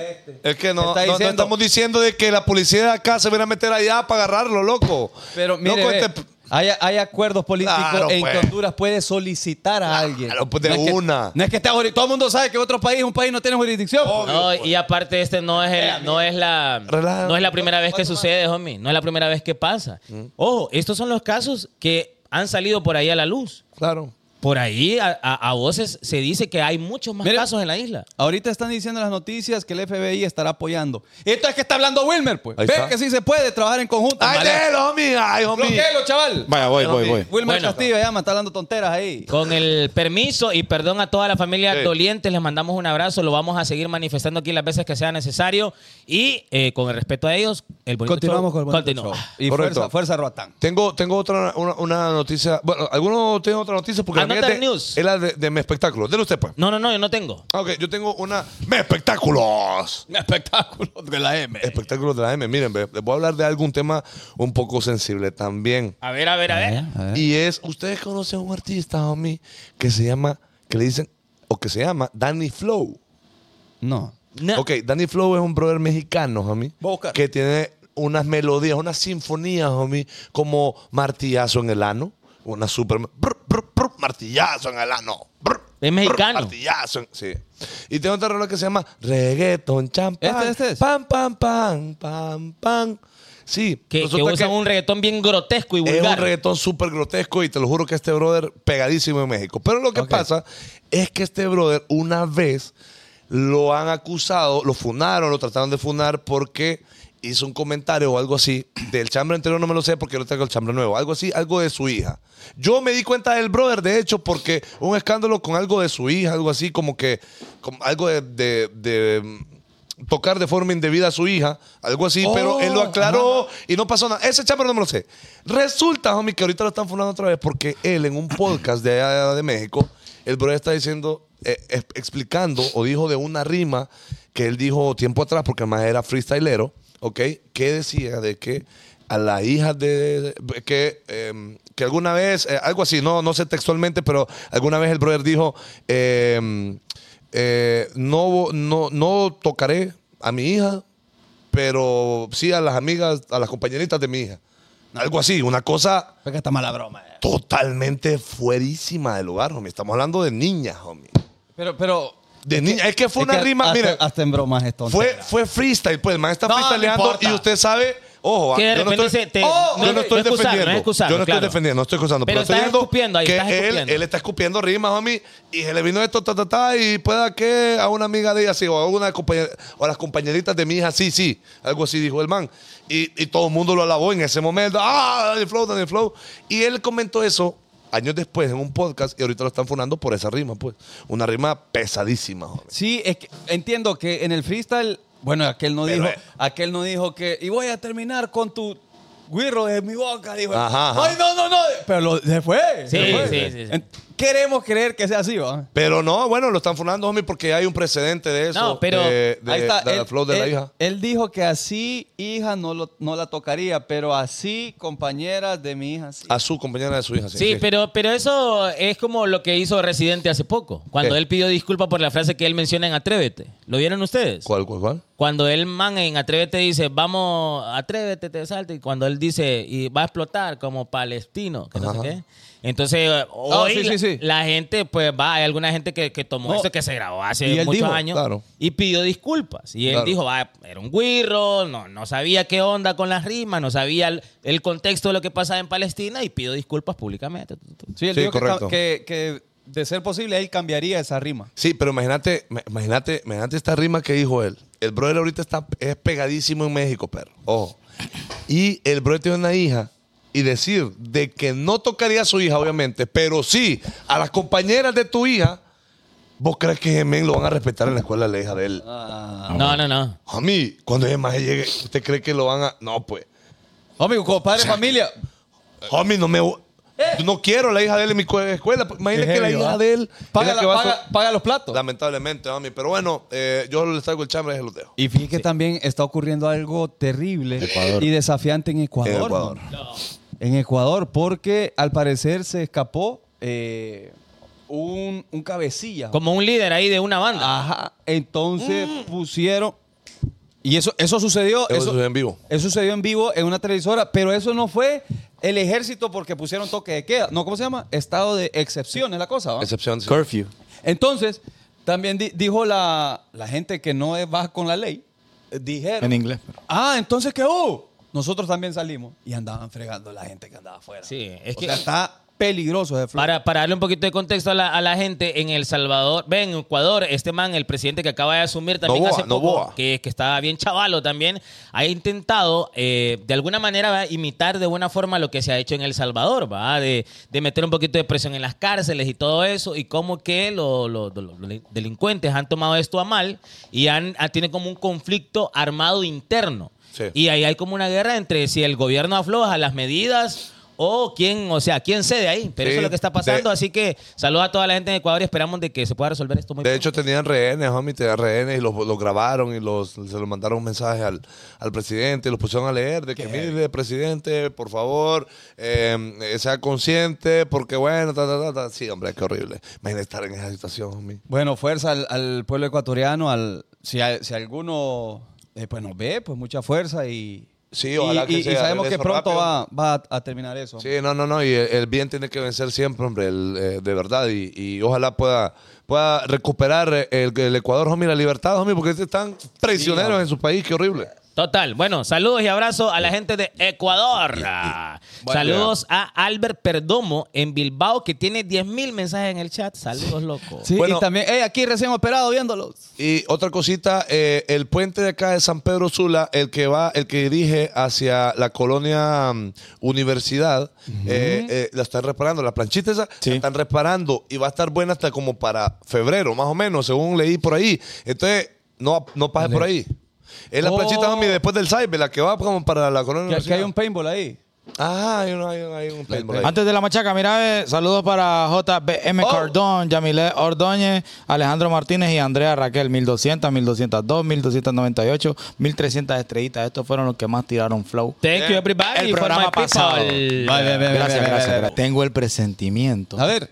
es que no, está no- no diciendo- estamos diciendo de que la policía de acá se viene a meter allá para agarrarlo, loco. Pero mire, Loco, ve, este- hay, hay acuerdos políticos Claro, en pues. que Honduras puede solicitar a alguien. pues, de no es que- una. no es que esté juri- todo el mundo sabe que otro país, un país no tiene jurisdicción. No, y aparte este no es, el- no es la Relájate. no es la primera vez que sucede, homie. No es la primera vez que pasa. Ojo, estos son los casos que han salido por ahí a la luz. Claro. Por ahí a, a- a voces se dice que hay muchos más Mira. casos en la isla. Ahorita están diciendo en las noticias que el FBI estará apoyando. Esto es que está hablando Wilmer, pues. Ahí Ve está. que sí se puede trabajar en conjunto. ¡Ay, Vale. déjelo, homie! ¡Ay, homie! Bloquéalo, chaval. Vaya, voy, voy, voy. Wilmer Bueno. Castillo ya me está hablando tonteras ahí. Con el permiso y perdón a toda la familia Sí. doliente, les mandamos un abrazo. Lo vamos a seguir manifestando aquí las veces que sea necesario. Y eh, con el respeto a ellos, el bonito Continuamos show con el bonito continúa. show. Y Correcto. fuerza, fuerza Roatán. Tengo, tengo otra una, una noticia. Bueno, ¿alguno tiene otra noticia? Porque Ah, la Another Another news. Es la de, de mi espectáculo. Dele usted, pues. No, no, no, yo no tengo. Ah, Ok, yo tengo una. ¡Me espectáculos! Espectáculo de la M. Espectáculos de la M. Miren, ve, les voy a hablar de algún tema un poco sensible también. A ver, a ver, a ver. Ah, Y es, ustedes conocen a un artista, homie, que se llama, que le dicen, o que se llama Danny Flow. No. No. Ok, Danny Flow es un brother mexicano, homie. Voy a buscar. Que tiene unas melodías, unas sinfonías, homie, como martillazo en el ano. Una super. brr, brr, brr, martillazo en el ano. brr, Es mexicano. brr, martillazo. en- sí. Y tiene otra rola que se llama Reggaeton Champán. Este, este es. Pam, pam, pam, pam, pam. Sí. Que, que resulta usan un reggaetón bien grotesco y es un vulgar. reggaetón súper grotesco y te lo juro que este brother pegadísimo en México. Pero lo que Ok. pasa es que este brother una vez lo han acusado, lo funaron, lo trataron de funar porque hizo un comentario o algo así del chambre anterior, no me lo sé porque yo tengo el chambre nuevo, algo así, algo de su hija. Yo me di cuenta del brother, de hecho, porque un escándalo con algo de su hija, algo así, como que como algo de... de- de, mm, tocar de forma indebida a su hija, algo así, Oh, pero él lo aclaró y no pasó nada. Ese chambre no me lo sé. Resulta, homie, que ahorita lo están funando otra vez porque él en un podcast de allá de México, el brother está diciendo, eh, es- explicando o dijo de una rima que él dijo tiempo atrás, porque además era freestylero, ¿ok? Que decía de que a la hija de... que, eh, que alguna vez, eh, algo así, no, no sé textualmente, pero alguna vez el brother dijo, eh, eh, no, no, no tocaré a mi hija pero sí a las amigas, a las compañeritas de mi hija. Algo así, una cosa Porque está mala broma. eh. totalmente fuerísima del lugar, homie. Estamos hablando de niñas, homie. Pero, pero. De niñas. Es que fue es una que rima, hasta, mira, Hasta en bromas esto. fue, fue freestyle, pues el man está No, no freestyleando importa. y usted sabe, ojo, ah, Que de yo no repente estoy, se te- ¡Oh! no, yo no no, estoy no es excusar, defendiendo, no es excusar, yo no estoy claro. defendiendo, no estoy excusando, Pero pero, estoy estás viendo escupiendo ahí, que estás él, escupiendo. él está escupiendo rimas, homie, y se le vino esto, ta, ta, ta, y pueda que a una amiga de ella, sí, o a una compañera, o a las compañeritas de mi hija, sí, sí, algo así dijo el man. Y, y todo el mundo lo alabó en ese momento, ah, Danny Flow, Danny Flow. Y él comentó eso años después en un podcast y ahorita lo están funando por esa rima, pues. Una rima pesadísima, homie. Sí, es que entiendo que en el freestyle, bueno, aquel no Pero, dijo, eh. aquel no dijo que y voy a terminar con tu guirro de mi boca, dijo. Ajá, ajá. Ay, no, no, no, pero lo- se fue. Sí, se fue. sí, sí, sí. En- Queremos creer que sea así, ¿va? Pero no, bueno, lo están funando, homie, porque hay un precedente de eso. No, pero de, de- Ahí está. de la él, flor de la él- hija. él dijo que así hija no, lo- no la tocaría, pero así compañeras de mi hija sí. A su compañera de su hija. Sí, Sí, pero, pero eso es como lo que hizo Residente hace poco, cuando ¿Qué? él pidió disculpas por la frase que él menciona en Atrévete. ¿Lo vieron ustedes? ¿Cuál, cuál, cuál? Cuando el man en Atrévete dice, vamos, atrévete, te salta. Y cuando él dice, y va a explotar como palestino, que no sé Ajá. qué. Entonces, eh, hoy Ah, sí, sí, sí. La, la gente, pues va, hay alguna gente que, que tomó No. eso, que se grabó Y hace él muchos dijo, años. claro. Y pidió disculpas. Y él Claro. dijo, va, era un guirro, no, no sabía qué onda con las rimas, no sabía el, el contexto de lo que pasaba en Palestina y pidió disculpas públicamente. Sí, él Sí, dijo que correcto. ca- que, que de ser posible él cambiaría esa rima. Sí, pero imagínate, ma- imagínate, imagínate esta rima que dijo él. El brother ahorita está, es pegadísimo en México, perro. Ojo. Y el brother tiene una hija. Y decir de que no tocaría a su hija, obviamente, pero sí a las compañeras de tu hija, ¿vos crees que men lo van a respetar en la escuela de la hija de él? Ah, No, no, no. A mí, cuando ese maje llegue, ¿usted cree que lo van a...? No, pues. Amigo, compadre, familia. Homie, no me. Eh. Yo no quiero la hija de él en mi cue- escuela. Imagínate Qué que la heavy, hija ¿va? de él. es Paga, la la- que va a paga- so- paga los platos. Lamentablemente, homie. Pero bueno, eh, yo les traigo el chambre y se los dejo. Y fíjense que también está ocurriendo algo terrible Ecuador. y desafiante en Ecuador. En Ecuador. ¿no? En Ecuador, porque al parecer se escapó eh, un, un cabecilla. Como un líder ahí de una banda. Ajá. Entonces pusieron. Y eso, eso sucedió. Eso Eso, sucedió en vivo. eso sucedió en vivo en una televisora, pero eso no fue el ejército porque pusieron toque de queda. No, ¿cómo se llama? Estado de excepción es la cosa, ¿va? Excepción. sí. Curfew. Entonces, también di- dijo la, la gente que no es baja con la ley. eh, Dijeron. En inglés. pero- Ah, entonces qué hubo. Nosotros también salimos y andaban fregando la gente que andaba afuera. Sí, es O que- sea, está peligroso de flor. Para, para darle un poquito de contexto a la, a la gente, en El Salvador, ven, en Ecuador, este man, el presidente que acaba de asumir también Noboa, hace poco, Noboa. que, que está bien chavalo también, ha intentado eh, de alguna manera ¿verdad? imitar de buena forma lo que se ha hecho en El Salvador, ¿va? De, de meter un poquito de presión en las cárceles y todo eso, y cómo que lo- lo- lo- los delincuentes han tomado esto a mal y han, ah, tienen como un conflicto armado interno. Sí. Y ahí hay como una guerra entre si el gobierno afloja las medidas o quién, o sea, quién cede ahí. Pero Sí, eso es lo que está pasando. de- así que saludos a toda la gente en Ecuador y esperamos de que se pueda resolver esto muy De pronto. hecho, tenían rehenes, homie, tenían rehenes y los, los grabaron y los, se los mandaron un mensaje al, al presidente y los pusieron a leer de que, mire, presidente, por favor, eh, eh, sea consciente porque, bueno, ta, ta, ta, ta. Sí, hombre, qué horrible. Imagínate estar en esa situación, homie. Bueno, fuerza al, al pueblo ecuatoriano, al si, a- si alguno eh, pues nos ve, pues mucha fuerza y Sí, ojalá y, que y- y sea sabemos que regreso pronto rápido. va, va a, a terminar eso. Sí, no, no, no. Y el, el bien tiene que vencer siempre, hombre, el, eh, de verdad. Y, y ojalá pueda, pueda recuperar eh, el, el Ecuador, homie, la libertad, homie, porque este están traicioneros en su país, qué horrible. Total. Bueno, saludos y abrazos a la gente de Ecuador. saludos a Albert Perdomo en Bilbao, que tiene 10.000 mensajes en el chat. Saludos, loco. Sí, Bueno. y también, hey, aquí recién operado viéndolos. Y otra cosita, eh, el puente de acá de San Pedro Sula, el que va, el que dirige hacia la colonia mm, Universidad, eh, eh, la están reparando, la planchita esa, la están reparando y va a estar buena hasta como para febrero, más o menos, según leí por ahí. Entonces, no, no pase por ahí. Es la Oh. planchita, mami, después del Cyber, la que va como para la colonia Que, que Universidad. hay un paintball ahí. Ah, hay un, hay un, hay un paintball ahí. Antes de la machaca, mira, eh, saludos para JBM Cardón, Yamile Ordóñez, Alejandro Martínez y Andrea Raquel. 1200, 1202, 1298, 1300 estrellitas. Estos fueron los que más tiraron flow. Thank you, everybody. El for programa my people. pasado. Vale, vale, vale, Gracias, vale, gracias, vale. gracias. Tengo el presentimiento, A ver,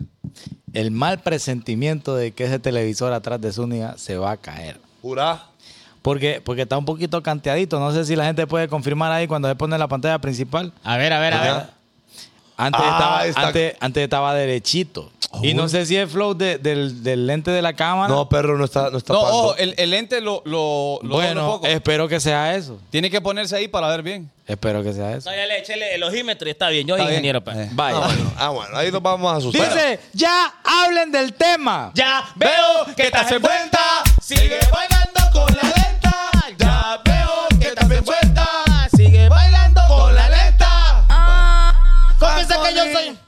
el mal presentimiento de que ese televisor atrás de Zúñiga se va a caer. Jurá. Porque, porque está un poquito canteadito. No sé si la gente puede confirmar ahí cuando se pone la pantalla principal. A ver, a ver, a ver. Ajá. Antes, Ah, estaba, está- antes, antes estaba derechito. Y no sé si es flow de- del, del lente de la cámara. No, perro, no está, no está no, oh, pando. ojo, el, el lente lo, lo, lo dobla un bueno, poco. espero que sea eso. Tiene que ponerse ahí para ver bien. Espero que sea eso. No, ya le eché el- el ojímetro y está bien. Yo soy Está bien. ingeniero. pues. pa. Eh. Vaya. Ah, bueno, ah, bueno, ahí nos vamos a asustar. Dice, ya hablen del tema. Ya veo que estás en cuenta. Sigue bailando con la lenta. Ya veo que estás en vuelta. Sigue bailando con la lenta. Ah. Confiesa que yo soy.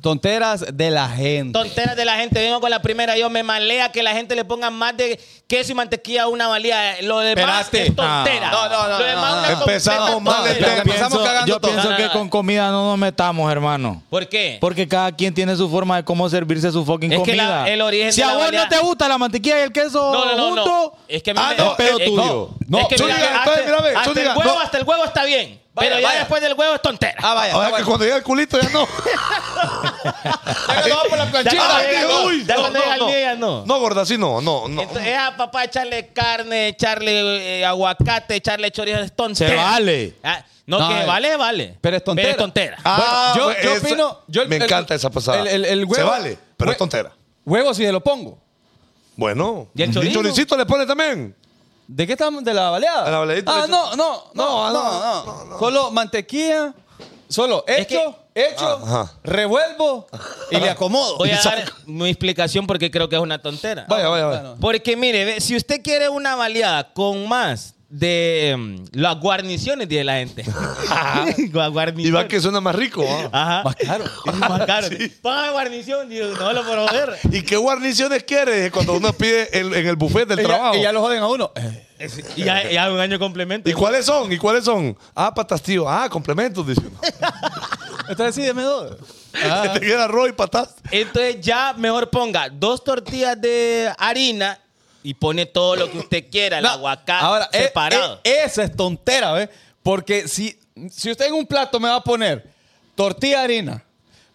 Tonteras de la gente. Tonteras de la gente. Vengo con la primera. Yo me malea que la gente le ponga más de queso y mantequilla a una valía. Lo demás Espérate. es tontera. No, no, no, Lo demás no, es una no. Empezamos completa mal el tontera. tema. Empezamos Pienso- cagando yo todo. pienso No, no, que no. con comida no nos metamos, hermano. ¿Por qué? Porque cada quien tiene su forma de cómo servirse su fucking Es que la- comida. el origen si de a la vos variedad- no te gusta la mantequilla y el queso No, no, no, no. juntos, Es que a mí Ah, me- no, es- pedo es- tuyo. No, No, es que tú mira, diga, hasta, entonces, mira, ve, tú hasta el diga, huevo, no. hasta el huevo está bien. Vaya, pero ya vaya. después del huevo es tontera. Ah, vaya. Ahora está que bueno. cuando llega el culito ya no. Ya que nos vamos por la planchita. cuando Ay, llega- Dios, no, uy, ya no, cuando no, llega el no. día ya no. No, gorda, sí, no, no, no. Entonces, es a papá echarle carne, echarle eh, aguacate, echarle chorizo, es tontera. Se vale. Ah, no, No, que eh, vale, vale. Pero es tontera. Pero es tontera. Ah, Bueno, yo, yo esa- opino. yo el- me el- encanta esa pasada. el- el- el Se huevo- vale, pero hue- es tontera. Huevo si se lo pongo. Bueno. ¿Y el chorizo? choricito le pone también? ¿De qué estamos? ¿De la baleada? De la baleadita, Ah, le no, no, no, no, no, Solo mantequilla, solo hecho, hecho, Ajá. revuelvo y le acomodo. Voy a dar mi explicación porque creo que es una tontera. Vaya, vaya, vaya. Bueno. Porque mire, ve, si usted quiere una baleada con más de mm, las guarniciones de la gente. Las guarniciones. Y va que suena más rico. ¿ah? Ajá. Más caro. Es más caro. Ponga guarnición, digo, no lo puedo ver. ¿Y qué guarniciones quieres cuando uno pide el- en el buffet del Y ya, trabajo? y ya lo joden a uno. Eh, Y ya, ya un año complemento. ¿Y cuáles son? ¿Y cuáles son? Ah, patas, tío. Ah, complementos, dice uno. Entonces sí, deme dos. Ah. Te Eh, queda arroz y patas. Entonces ya mejor ponga dos tortillas de harina y pone todo lo que usted quiera, el No, aguacate Ahora, eh, separado. eh, esa es tontera, ¿ves? Porque si, si usted en un plato me va a poner tortilla de harina,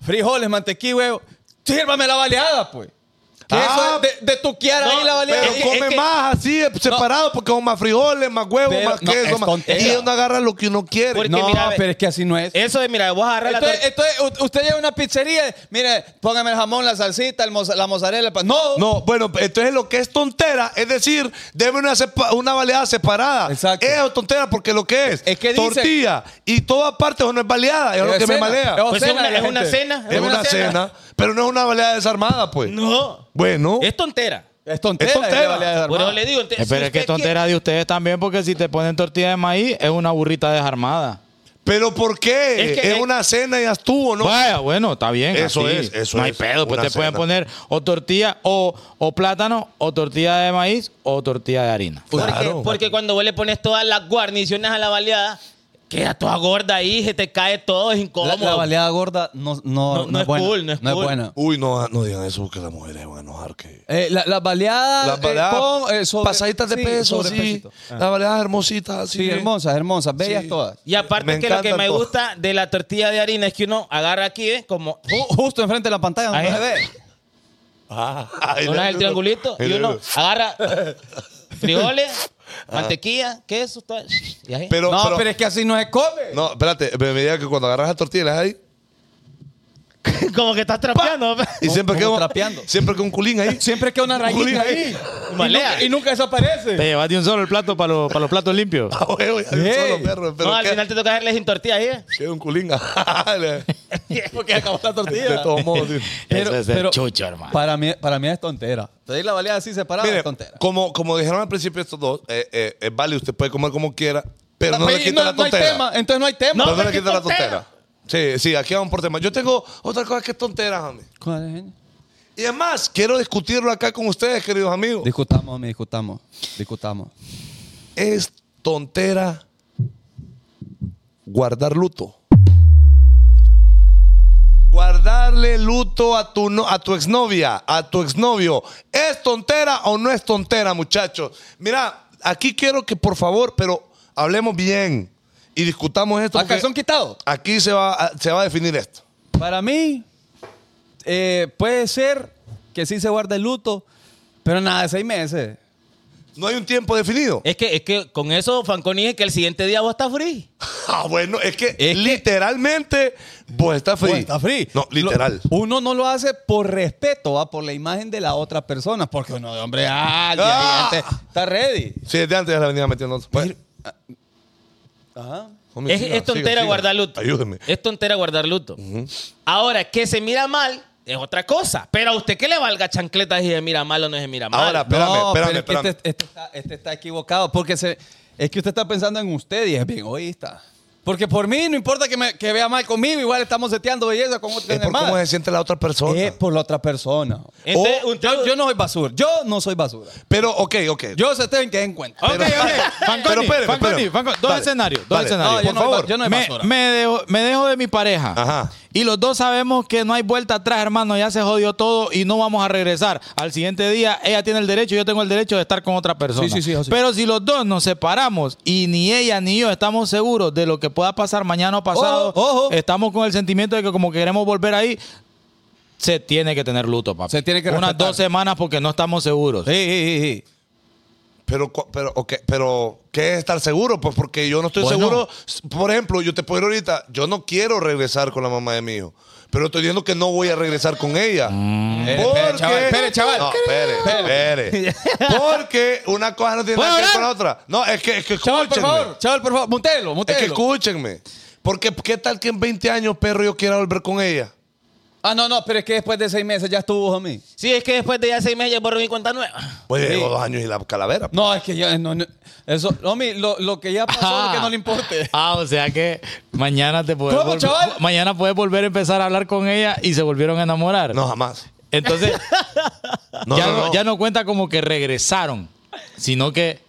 frijoles, mantequilla, y huevo, sírvame la baleada, pues. Que Ah, eso es de, de tuquear no, ahí la baleada. Pero es que- come es que- más así, eh, separado, porque con más frijoles, más huevos, Pero- más no, queso. es más- tontera. Y uno agarra lo que uno quiere. Porque eh, no, mira, ve- pero es eh, que así no es. Eso de, mira, vos agarras la Entonces, tortilla. entonces, u- usted llega a una pizzería, mire, póngame el jamón, la salsita, el moza- la mozzarella. el pa- No, No, bueno, entonces lo que es tontera, es decir, debe una, sepa- una baleada separada. Exacto. Es tontera porque lo que es, Es que dice- tortilla y toda parte eso no es baleada, es, Es lo que me cena, malea. es Pues es cena una, de la es una gente. cena. Es una cena, pero no es una baleada desarmada, pues. No. Bueno, Es tontera. es tontera. Es tontera. la baleada de Por eso armado. le digo. entonces, si Eh, Pero es que usted es tontera de ustedes también, porque si te ponen tortilla de maíz, es una burrita desarmada. pero ¿por qué? Es Es, que es- una cena y ya estuvo, ¿no? Vaya, bueno, está bien. Eso así. es, eso No hay es, pedo, pues una te pueden cena. poner o tortilla o, o plátano, o tortilla de maíz, o tortilla de harina. Porque, Claro. porque cuando vos le pones todas las guarniciones a la baleada, Queda toda gorda ahí, se te cae todo, es La, incómodo. la baleada gorda no, no, No- no es buena. cool, no es cool. buena. Uy, no, no digan eso porque las mujeres van a enojar que... Eh, la- las baleadas. Las eh, baleadas con, eh, sobre- pasaditas de sí, peso, sobre sí. pesito. Las baleadas hermositas, así. Sí, hermosas, hermosas, bellas Sí. todas. y aparte Me que lo que encantan me todas. gusta de la tortilla de harina es que uno agarra aquí, ¿eh? Como Ju- Justo enfrente de la pantalla, no Ahí. se ve. Ah, y uno luego- es el triangulito y uno luego- agarra frijoles, mantequilla, queso, todo. Y ahí. Pero, no, pero, pero- es que así no se come. No, espérate, me me diga que cuando agarras ¿eh? la tortilla la dejas ahí Como que estás trapeando. y siempre como queda un- trapeando. siempre que un culín ahí. Siempre queda una Culín rayita ahí. ahí. Malea. Y nunca desaparece. Te llevas de un solo el plato para los, para los platos limpios. A huevo, ya Ey. solo perro, pero no, al queda- final te toca hacerle sin tortilla ahí. ¿eh? queda un culín. de Porque acabó la tortilla. todos modos. sí. Pero- Eso es el pero- chucho, hermano. Para mí, para mí es tontera. Entonces la baleada así separada Mire, es tontera. como, como dijeron al principio estos dos, eh, eh, eh, vale, usted puede comer como quiera, pero no le Y quita la hay tontera. tema, entonces no hay tema. pero no Pero le es que quita la tontera. tontera. Sí, sí, aquí vamos por tema. Yo tengo otra cosa que es tontera, Jami. ¿Cuál es? Y además, quiero discutirlo acá con ustedes, queridos amigos. Discutamos, mi, discutamos. Discutamos. es tontera guardar luto. Guardarle luto a tu, no- a tu exnovia, a tu exnovio. ¿Es tontera o no es tontera, muchachos? Mira, aquí quiero que por favor, pero hablemos bien y discutamos esto. ¿Acá porque son quitados? Aquí se va, a- se va a definir esto. Para mí, eh, puede ser que sí se guarde el luto, pero nada, de seis meses. No hay un tiempo definido. Es que, es que con eso Fanconi es que el siguiente día vos estás free. Ah, bueno, es que que- literalmente vos estás free. Bueno, está free. pues. No, literal. Lo- uno no lo hace por respeto, va por la imagen de la otra persona, porque uno de hombre, ah, al día Ah. este. siguiente está ready. Sí, desde antes ya la venía metiendo. Bueno. Ajá. Hombre, Es, siga, es tontera siga, siga. guardar luto. Ayúdeme. Es tontera guardar luto. Ahora, que se mira mal es otra cosa. Pero a usted que le valga chancletas y se mira mal o no se mira mal. Ahora, Espérame, No, espérame, pero es que espérame. Este, este está, este está equivocado, porque se, es que usted está pensando en usted y es bien egoísta. Porque por mí, no importa que, me, que vea mal conmigo, igual estamos seteando belleza con otra Es por cómo hermana. se siente la otra persona. Es por la otra persona. Entonces, O- usted- yo, yo no soy basura. Yo no soy basura. Pero, ok, ok. Yo seteo en que en cuenta. Ok, ok. Pero Fanconi, espéreme, Fanconi, espéreme. Fanconi. Dos Vale, escenarios, dos vale. escenarios. No, yo Por no hay favor. ba- yo no hay me, basura. me dejo, me dejo de mi pareja. Ajá. Y los dos sabemos que no hay vuelta atrás, hermano. Ya se jodió todo y no vamos a regresar. Al siguiente día, ella tiene el derecho, yo tengo el derecho de estar con otra persona. Sí, sí, sí, José. Pero si los dos nos separamos y ni ella ni yo estamos seguros de lo que pueda pasar mañana o pasado, Ojo, ojo. estamos con el sentimiento de que como queremos volver ahí, se tiene que tener luto, papá. Se tiene que Unas respetar. dos semanas porque no estamos seguros. Sí, sí, sí, sí. Pero, cu- pero, ok, pero, ¿qué es estar seguro? Pues porque yo no estoy Bueno. seguro. Por ejemplo, yo te puedo ir ahorita, yo no quiero regresar con la mamá de mi hijo. Pero estoy diciendo que no voy a regresar con ella. Eh, Espere, espere, chaval, espere, chaval. No, espere, espere. Porque una cosa no tiene Mm. ¿Puedo nada que ver con la hablar? otra. No, es que, es que escúchenme. Chaval, por favor. Chaval, por favor. Montelo, Es montelo. que escúchenme. Porque, ¿qué tal que en 20 años, perro, yo quiera volver con ella? ah, no, no, pero es que después de seis meses ya estuvo, homie. Sí, es que después de ya seis meses borró mi cuenta nueva. Pues Sí. llevo dos años y la calavera. No, es que ya. No, no. Eso, homie, lo, lo que ya pasó, lo que no le importe. Ah, o sea que mañana te puedes ¿Cómo, volver- chaval? mañana puedes volver a empezar a hablar con ella y se volvieron a enamorar. No, jamás. Entonces, No, ya, no, no, no. ya no cuenta como que regresaron, sino que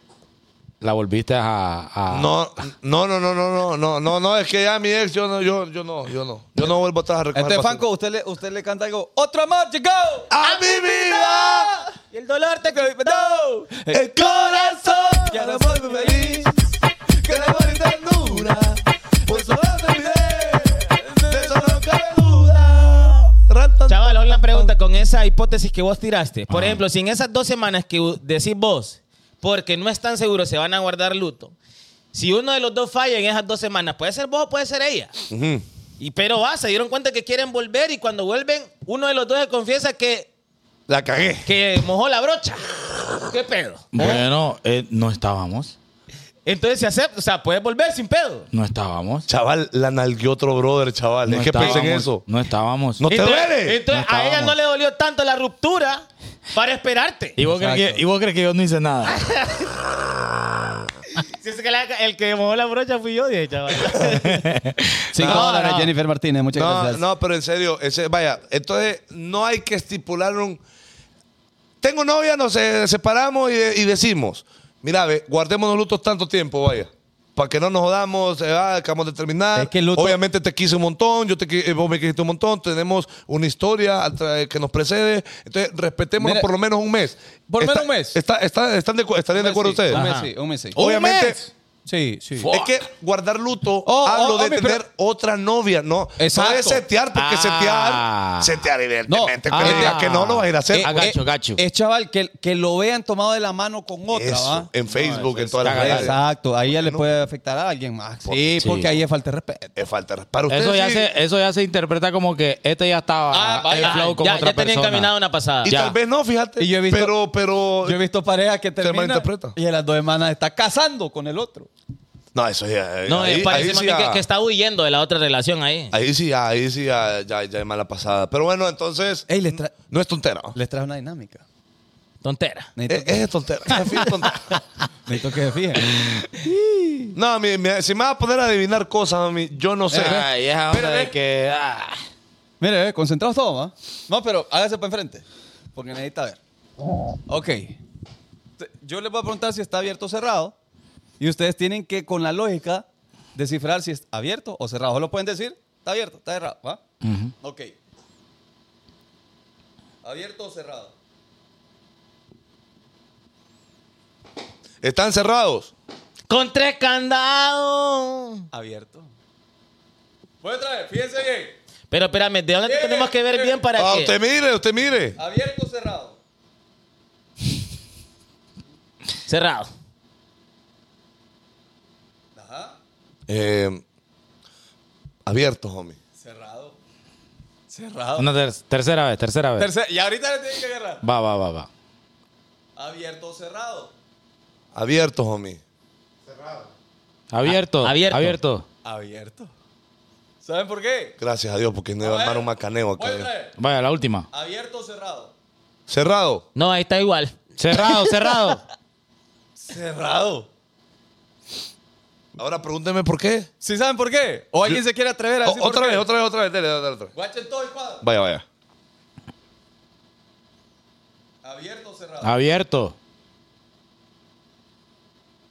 la volviste a, a- No, no, no, no, no, no, no, no, no, es que ya mi ex, yo no, yo, yo no, yo no, yo no vuelvo atrás a reclamar. Este Fanco, usted le, usted le canta algo. ¡Otra más, llegó! ¡A mi vida! Y el dolor te... ¡No! ¡El corazón! Ya no soy feliz. ¡Que la amor y ternura! ¡Por su lado te olvidé! ¡De eso no cabe duda! Rantan. Chaval, haz la pregunta con esa hipótesis que vos tiraste. Por ejemplo, si en esas dos semanas que u- decís vos, porque no están seguros, se van a guardar luto. Si uno de los dos falla en esas dos semanas, puede ser vos o puede ser ella. Ujú. Y pero va, se dieron cuenta que quieren volver y cuando vuelven, uno de los dos se confiesa que, La cagué. que mojó la brocha. ¿Qué pedo? Bueno, eh, no estábamos. Entonces se acepta, o sea, puedes volver sin pedo. No estábamos. Chaval, la nalgué otro brother, chaval. No es que pensé en estábamos, eso. No estábamos. No te entonces, duele. entonces No a ella no estábamos. le dolió tanto la ruptura para esperarte. ¿Y, vos crees Exacto. que, y vos crees que yo no hice nada. Si es que la- el que mojó la brocha fui yo, dije, chaval. Cinco No, dólares, no. Jennifer Martínez, muchas No, gracias. no, pero en serio, ese, vaya, entonces no hay que estipular un... Tengo novia, nos eh, separamos y, y decimos, mira, ve, guardémonos lutos tanto tiempo, vaya. para que no nos jodamos, eh, ah, acabamos de terminar. Es que Luto- Obviamente te quise un montón, yo te, qui- eh, vos me quisiste un montón, tenemos una historia atra- que nos precede. Entonces, respetémonos Mira, por lo menos un mes. por lo Está- menos un mes. está- está- ¿Están de, acu- estarían de acuerdo sí, Ah. ustedes? Un mes Ajá. sí, un mes sí. ¡Un Obviamente, mes! Sí, sí. Es que guardar luto Oh, hablo oh, de homie, tener pero- otra novia, no. Exacto. No es setear, porque Ah. setear. Setear, evidentemente. No, que le ah. digas que no, lo vas a ir a hacer. Eh, Agacho, eh, gacho. Es chaval que, que lo vean tomado de la mano con otra, Eso, ¿va? en Facebook, en todas las está redes. Exacto, ahí ya le puede afectar a alguien más. Por- Sí, sí. porque ahí es falta de respeto. Es falta de- para ustedes. Eso ya, sí. se, eso ya se interpreta como que este ya estaba Ah, en vaya, flow con ya, otra ya tenía persona. encaminado una pasada. Y Ya. tal vez no, fíjate. Y yo he visto- pero, pero. Yo he visto parejas que terminan malinterpreta. y a las dos semanas está casando con el otro. No, eso ya. No, ahí, eh, parece ahí más sí bien que, ya- que está huyendo de la otra relación ahí. Ahí sí, ya, ahí sí, ya, ya, ya hay mala pasada. Pero bueno, entonces. Ey, les, tra- No es tontera. ¿no? les trae una dinámica. Tontera. Es, Necesito, es tontera. es fin tontera. necesito que se fijen. No, mi- mi- si me vas a poner a adivinar cosas, mami, yo no sé. Ay, esa onda Pero, de eh, que. ah. Mire, eh, concentrados todos, ¿va? No, pero hágase para enfrente. Porque necesita ver. Ok. Te- Yo les voy a preguntar si está abierto o cerrado. Y ustedes tienen que, con la lógica, descifrar si es abierto o cerrado. Solo pueden decir, está abierto, está cerrado, ¿va? Ok. ¿Abierto o cerrado? Están cerrados. Con tres candados. Abierto. Voy otra vez, fíjense bien. Pero espérame, ¿de dónde Eh, tenemos que ver eh. bien para Ah, que...? usted mire, usted mire. ¿Abierto o cerrado? Cerrado. Ajá. Eh, abierto, homie. Cerrado. Cerrado. Una ter- tercera vez, tercera vez. Tercer- y ahorita le tienen que agarrar. va, va, va, va. ¿Abierto o cerrado? Abierto, homie. Abierto. A- Ah, abierto. abierto. Abierto. ¿Saben por qué? Gracias a Dios, porque no A iba a ver, armar un macaneo voy otra acá. vez. Vaya, la última. Abierto o cerrado. Cerrado. No, ahí está igual. Cerrado, cerrado. Cerrado. Ahora pregúnteme por qué. ¿Sí saben por qué? ¿O alguien se quiere atrever a O- decir por otra qué? vez, otra vez, otra vez. Dale, dale, otra vez. Guachen todo el cuadro. Vaya, vaya. ¿Abierto o cerrado? abierto.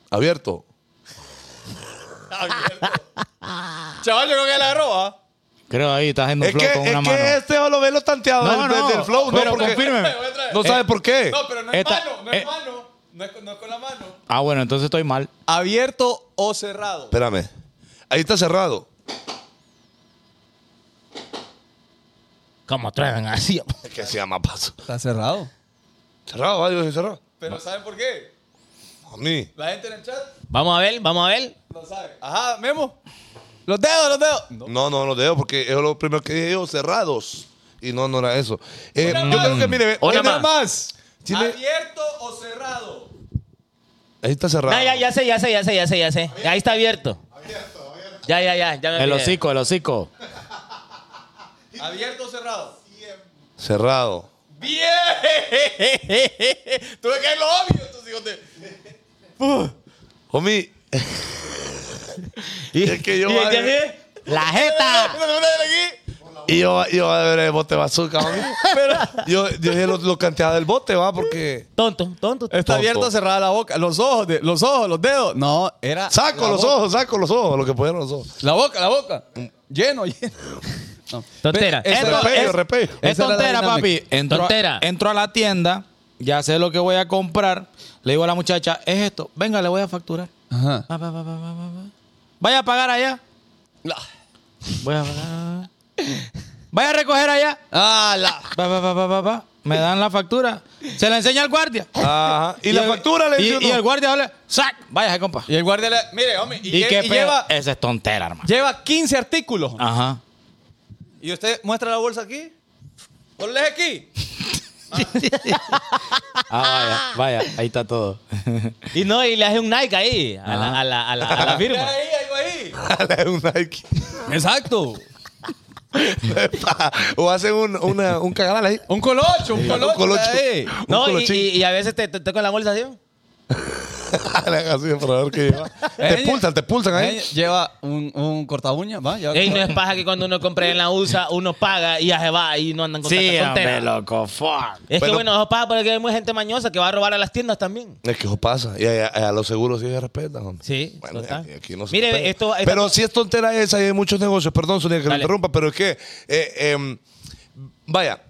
Abierto. Chaval, yo creo que la roba. Creo ahí estás haciendo un Es que, flow con una es mano. que este o lo ve lo tanteado No, del, no. del flow, Pero no, porque Ah. confírmeme. no sabe por qué. Eh, No, pero no es Esta- mano, no es eh. mano. No es, con- no es con la mano. Ah, bueno, entonces estoy mal. ¿Abierto o cerrado? Espérame. Ahí está cerrado. Como traen así. Es que se llama paso. Está cerrado. Cerrado, va, yo dije cerrado. Pero ¿saben por qué? A mí. La gente en el chat Vamos a ver, vamos a ver. lo sabe. Ajá, Memo. Los dedos, los dedos. No. No, no, no dejo porque es lo primero que dije yo, cerrados. Y no, no era eso. Eh, Una yo más. creo que, mire, ve, Una oye, más. Chile- ¿Abierto o cerrado? ahí está cerrado. No, ya, ya sé, ya sé, ya sé, ya sé, ya sé. Ahí está abierto. Ya, ya, ya. ya me El olvidé. hocico, el hocico. ¿Abierto o cerrado? Cerrado. ¡Bien! Tuve que ver lo obvio, estos hijos de... Homie. es que yo. ¿Y va a el de ver- aquí? ¡La jeta! Y yo, yo a ver el bote bazooka, homie. yo, yo dije lo, lo canteado del bote, va, porque. Tonto, tonto. Está abierto Tonto. o cerrada la boca. Los ojos, de- los ojos, los dedos. No, era... Saco la los boca. ojos, saco los ojos, lo que pudieron los ojos. La boca, la boca. Lleno, lleno. No. Tontera. Pero eso- Repello, es- repello. Esa Es era la tontera, dinámica. papi. Entró, Tontera. A, entro a la tienda, ya sé lo que voy a comprar. Le digo a la muchacha, es esto. Venga, le voy a facturar. Ajá. Va, va, va, va, va, va, va. Vaya a pagar allá. Voy a pagar. Vaya a recoger allá. Ah, la... Va, va, va, va, va, va. Me dan la factura. Se la enseña al guardia. Ajá. Y, la el- factura le y, dice y uno. el guardia habla, ¡sac! Vaya, compa. Y el guardia le... Mire, hombre, y, Eh. Y, lle- qué y feo. lleva, Esa es tontera, hermano. lleva 15 artículos. Ajá. Y usted muestra la bolsa aquí. Ponle aquí. Ah, vaya, vaya. Ahí está todo. Y no, y le hace un Nike ahí, a la, a la, a la, a la Mira firma. ahí, algo ahí. Dale un Nike. Exacto. o hacen un, una, un cagadal ahí. Un colocho, un colocho. colocho. ahí. Un No, y, colochín. y- y a veces te, te, te con la bolsa así. Así de para ver qué lleva. Te pulsan, te pulsan ahí. Eh, Lleva un, un corta uña, va. lleva Ey, no corta- es paja que cuando uno compra en la USA, uno paga y ya se va y no andan con Sí, tanta tontera. hombre, loco, fuck. Es que Bueno. bueno, eso pasa porque hay mucha gente mañosa que va a robar a las tiendas también. Es que eso pasa. Y a, a- a los seguros sí se respetan, hombre. Sí, Bueno, total. aquí- aquí no se Mire, respeta. esto- esta- Pero si es tontera esa y hay muchos negocios. Perdón, Sonia, que lo Dale. interrumpa, pero es que. eh, em, vaya,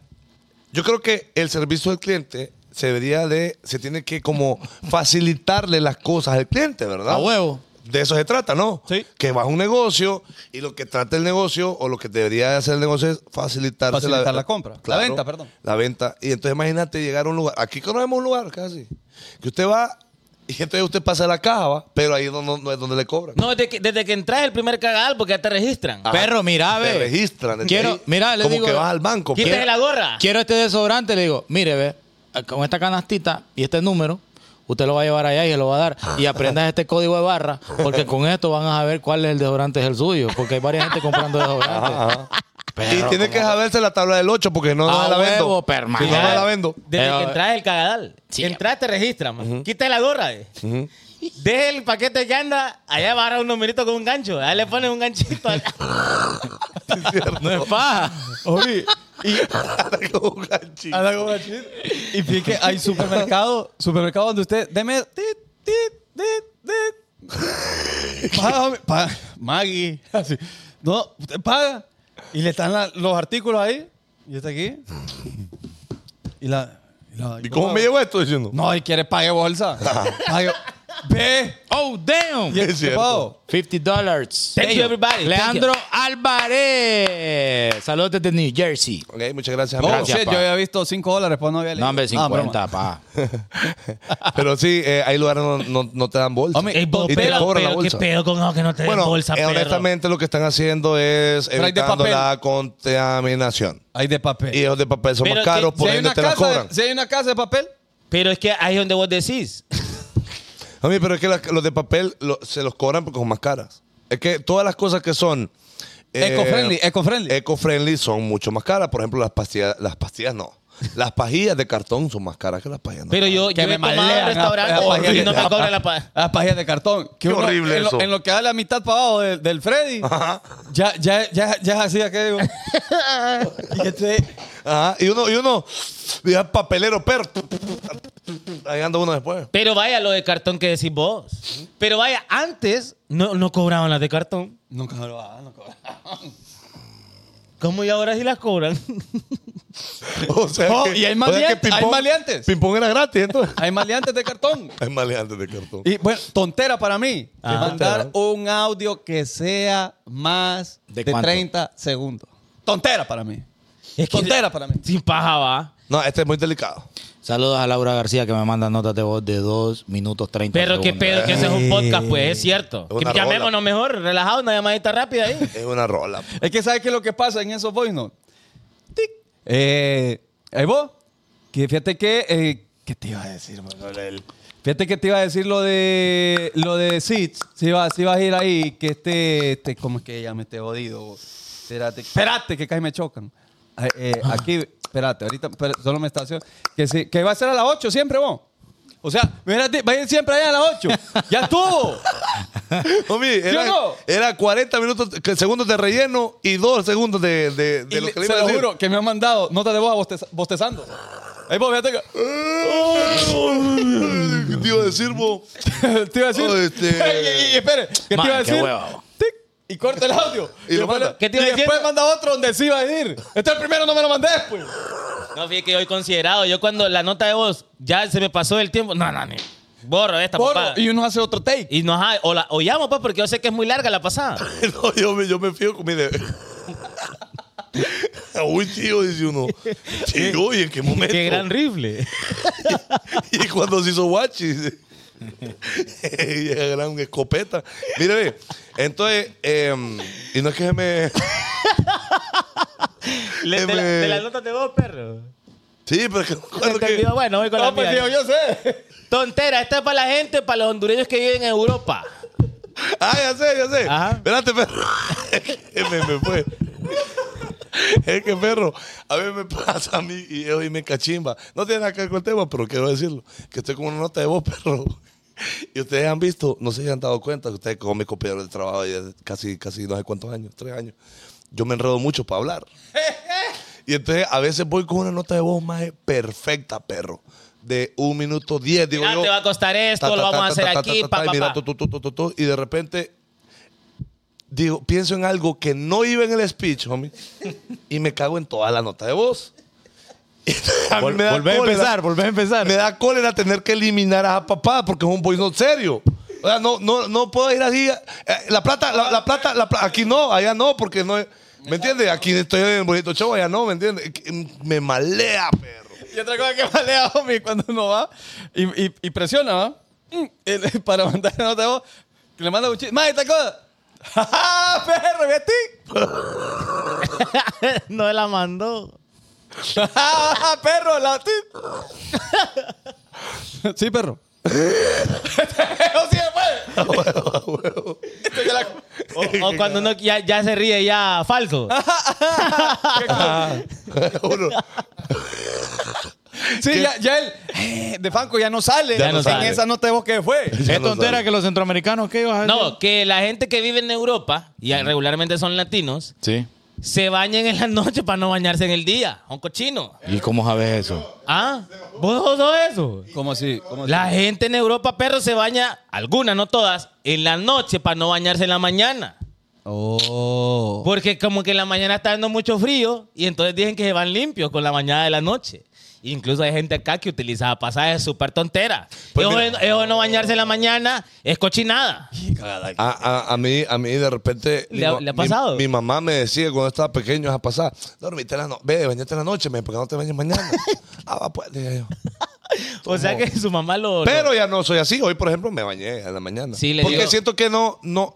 yo creo que el servicio al cliente se debería de. Se tiene que como facilitarle las cosas al cliente, ¿verdad? Ah, A huevo. De eso se trata, ¿no? Sí. Que vas a un negocio y lo que trata el negocio o lo que debería de hacer el negocio es facilitar Facilitar la compra. La venta, perdón. la venta. Y entonces imagínate llegar a un lugar. Aquí conocemos un lugar casi. Que usted va y entonces usted pasa a la caja, va, pero ahí no, no- no es donde le cobran. No, desde que, desde que entras el primer cagadal porque ya te registran. Ah, Perro, mira, Te ve. registran. desde Quiero- ahí, mira, le como digo- que vas al banco. Quítate pues. la gorra. Quiero este desodorante, le digo, mire, ve, con esta canastita y este número, usted lo va a llevar allá y se lo va a dar. Y aprendas este código de barra, porque con esto van a saber cuál es el desodorante es el suyo, porque hay varias gente comprando Ajá, desodorante. ajá. y tiene que saberse la tabla del 8 porque no, no A me la Ah, huevo, vendo. perro, Si no me la vendo. Desde Eh, que entras el cagadal. Entras, te registran. man. Quítate la gorra. eh. Deja el paquete que anda, allá barra un numerito con un gancho. Ahí le pones un ganchito. al- No es paja. Oye, Como un ganchito. anda con una chis- Y fíjate que hay supermercado, supermercado donde usted, deme, tit, tit, tit, tit. Págame, pa- Maggie. Así. No, usted paga. Y le están la- los artículos ahí. Y está aquí. Y la... ¿Y, la- ¿Y cómo me llevo esto diciendo? No, y quiere pague bolsa. Pague- Ve. Oh, damn. Y el Es cierto. pago. 50 dollars. Thank you, everybody. Leandro Álvarez. Saludos desde New Jersey. Ok, muchas gracias. No, amigo. Gracias, Oh, shit, pa. yo había visto 5 dólares, pues no había leído. No, hombre, Ah, broma. 50, pa. Pero sí, eh, hay lugares donde no, no- no te dan bolsa. Hombre, Ey, vos, Y te cobran la bolsa. ¿Qué pedo con eso que no te den Bueno, bolsa, eh, perro? honestamente lo que están haciendo es Pero hay de evitando papel. la contaminación. Hay de papel. Y los de papel son Pero más que- caros, si, por hay ende una te las casa cobran. de, si hay una casa de papel, Pero es que ahí es donde vos decís. A mí, pero es que las- los de papel lo- se los cobran porque son más caras. Es que todas las cosas que son... eh, Eco-friendly, eco-friendly. Eco-friendly son mucho más caras. Por ejemplo, las pastillas, las pastillas no. Las pajillas de cartón son más caras que las pajillas. Pero normales. yo, Que yo he me tomado malean, en restaurantes ah, ah, y no ah, me ah, cobran la pa- las pajillas de cartón. que Qué horrible en lo- eso. en lo que da la mitad para abajo de- del Freddy, ya, ya, ya, ya es así, ya que digo. y este, Ajá. Y uno, y uno, ya papelero, perro. Ahí anda uno después. Pero vaya lo de cartón que decís vos. Pero vaya, antes no, no cobraban las de cartón. nunca me lo hagan, nunca me lo hagan. ¿Cómo y ahora sí las cobran? O sea Oh, y hay maleantes, hay ping-pong- maleantes. ping-pong era gratis, entonces. Hay maleantes de cartón. Hay maleantes de cartón. Y bueno, tontera para mí. Ah. Mandar un audio que sea más ¿De de, cuánto? 30 segundos. Tontera para mí. Es Tontera para mí. Sin paja va. No, este es muy delicado. Saludos a Laura García que me manda notas de voz de 2 minutos 30 Pero qué segundos. pedo que ese es un podcast, pues es cierto. Es una Que Llamémonos rola. mejor, relajado, una llamadita rápida ahí. Es una rola. Es que ¿sabes qué es lo que pasa en esos boinos? Tic. Eh, ahí vos. Que fíjate que... eh, ¿Qué te iba a decir, Manuel? El- Fíjate que te iba a decir lo de... Lo de Seeds. Si vas, si vas a ir ahí, que este... este ¿Cómo es que llame este jodido? vos? Espérate, espérate, que casi me chocan. Eh, eh, aquí, espérate, ahorita pero solo me estación. Que, sí, que va a ser a las 8 siempre vos. O sea, mírate, va a ir siempre allá a las 8. ¡Ya estuvo! Homie, era, ¿Sí o no? era 40 minutos, que- segundos de relleno y 2 segundos de, de, de Y lo que le le- se iba a lo decir. juro que me han mandado notas de voz a bostez- bostezando. Ahí vos, fíjate que- ¿Qué te iba a decir, bo? te iba a decir. Oh, este- y, y- y espere, que Man, te iba a qué decir. huevo. Tic, y corta el audio. Y lo después- manda. ¿Qué te iba y diciendo? después manda otro donde sí va a ir. Este es el primero, no me lo mandé pues. No, fíjate que yo he considerado. Yo cuando la nota de voz ya se me pasó el tiempo. No, no, ni. Borro esta, Borro, Ah, papá. y uno hace otro take. Y nos ha- o, la, o llamo, pues, porque yo sé que es muy larga la pasada. No, yo me, yo me fío con mi deber. Uy, tío, dice uno. Tío, ¿y en qué momento? Qué gran rifle. y cuando se hizo guachi. dice. y era gran escopeta. Mire, ve, entonces, em, y no es que se me... Le- de, la, Eh, de las notas de voz, perro. Sí, pero es que no Se recuerdo te que- olvidó, bueno, voy con la No, pues mía. digo, yo sé. Tontera, esta es para la gente, para los hondureños que viven en Europa. Ah, ya sé, ya sé. Ajá. Espérate, perro. Que me, me fue. Es que, perro, a veces me pasa a mí y hoy me cachimba. No tiene nada que ver con el tema, pero quiero decirlo. Que estoy con una nota de voz, perro. Y ustedes han visto, no sé si han dado cuenta, que ustedes como mis compañeros de trabajo ya de casi, casi no sé cuántos años, tres años, yo me enredo mucho para hablar. Y entonces a veces voy con una nota de voz más perfecta, perro. De un minuto diez, digo Mira, yo. te va a costar esto, ta, lo ta, vamos a ta, hacer ta, ta, aquí, ta, pa, ta, pa, mira, tu, pa. tu, tu, tu, tu, tu, y de repente digo, pienso en algo que no iba en el speech, homie, y me cago en toda la nota de voz. A mí Vol- me da volvé a cólera. empezar, volvé a empezar. Me da cólera tener que eliminar a papá porque es un voice note serio. O sea, no, no, no puedo ir así. eh, La plata, la, la plata, la pla- aquí no, allá no, porque no es. ¿Me entiendes? Aquí estoy en el bonito show, allá no, ¿me entiendes? mm, Me malea, perro. Y otra cosa que malea, homie, cuando uno va y, y- y presiona, ¿va? Mm, el- Para mandar una nota de voz, que le manda un chiste. ¡Más esta cosa! ¡Ja, ja, perro, vete! no la mandó. ¡Ja, ja, ja, perro, la ti! Sí, perro. Eso sí se fue. Esto ya la- O, pues. o cuando uno ya, ya se ríe ya falso. Uno, Sí, ya, ya el eh, de Franco ya no sale. Ya no en sale. esa nota de voz que fue. ya Es no tontera sabe. que los centroamericanos, ¿qué ibas a decir? No, que la gente que vive en Europa, y regularmente son latinos, Sí. se bañen en la noche para no bañarse en el día. Son cochinos. ¿Y cómo sabes eso? ¿Ah? ¿Vos sos eso? ¿Cómo así? ¿Cómo así? La gente en Europa, perro, se baña, algunas, no todas, en la noche para no bañarse en la mañana. Oh. Porque como que en la mañana está dando mucho frío y entonces dicen que se van limpios con la mañana de la noche. Incluso hay gente acá que utiliza pasajes súper tonteras. Pues eso, mira. de no- eso de no bañarse en la mañana es cochinada. A, a- a mí, a mí de repente. mi ¿Le ha- ma- le ha mi- pasado? Mi, mamá me decía cuando estaba pequeño, es a pasar. Dormite la noche. Ve, bañate en la noche, men, porque no te bañes mañana. ah, va, pues, dije yo. O sea que su mamá lo... Oh. Pero ya no soy así. Hoy, por ejemplo, me bañé en la mañana. Sí, le porque digo- siento que no, no.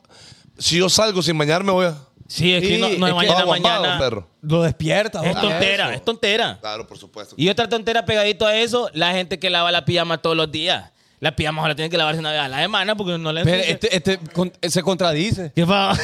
Si yo salgo sin bañarme, voy a. Sí, es que Y no, no es se que baña en la todo aguapado, mañana. perro. Lo despierta. Es homie. tontera, es tontera. Claro, por supuesto. Y otra tontera pegadito a eso, la gente que lava la pijama todos los días. La pijama la tienen que lavarse una vez a la semana porque no le Pero este, este con- se contradice. ¿Qué pa-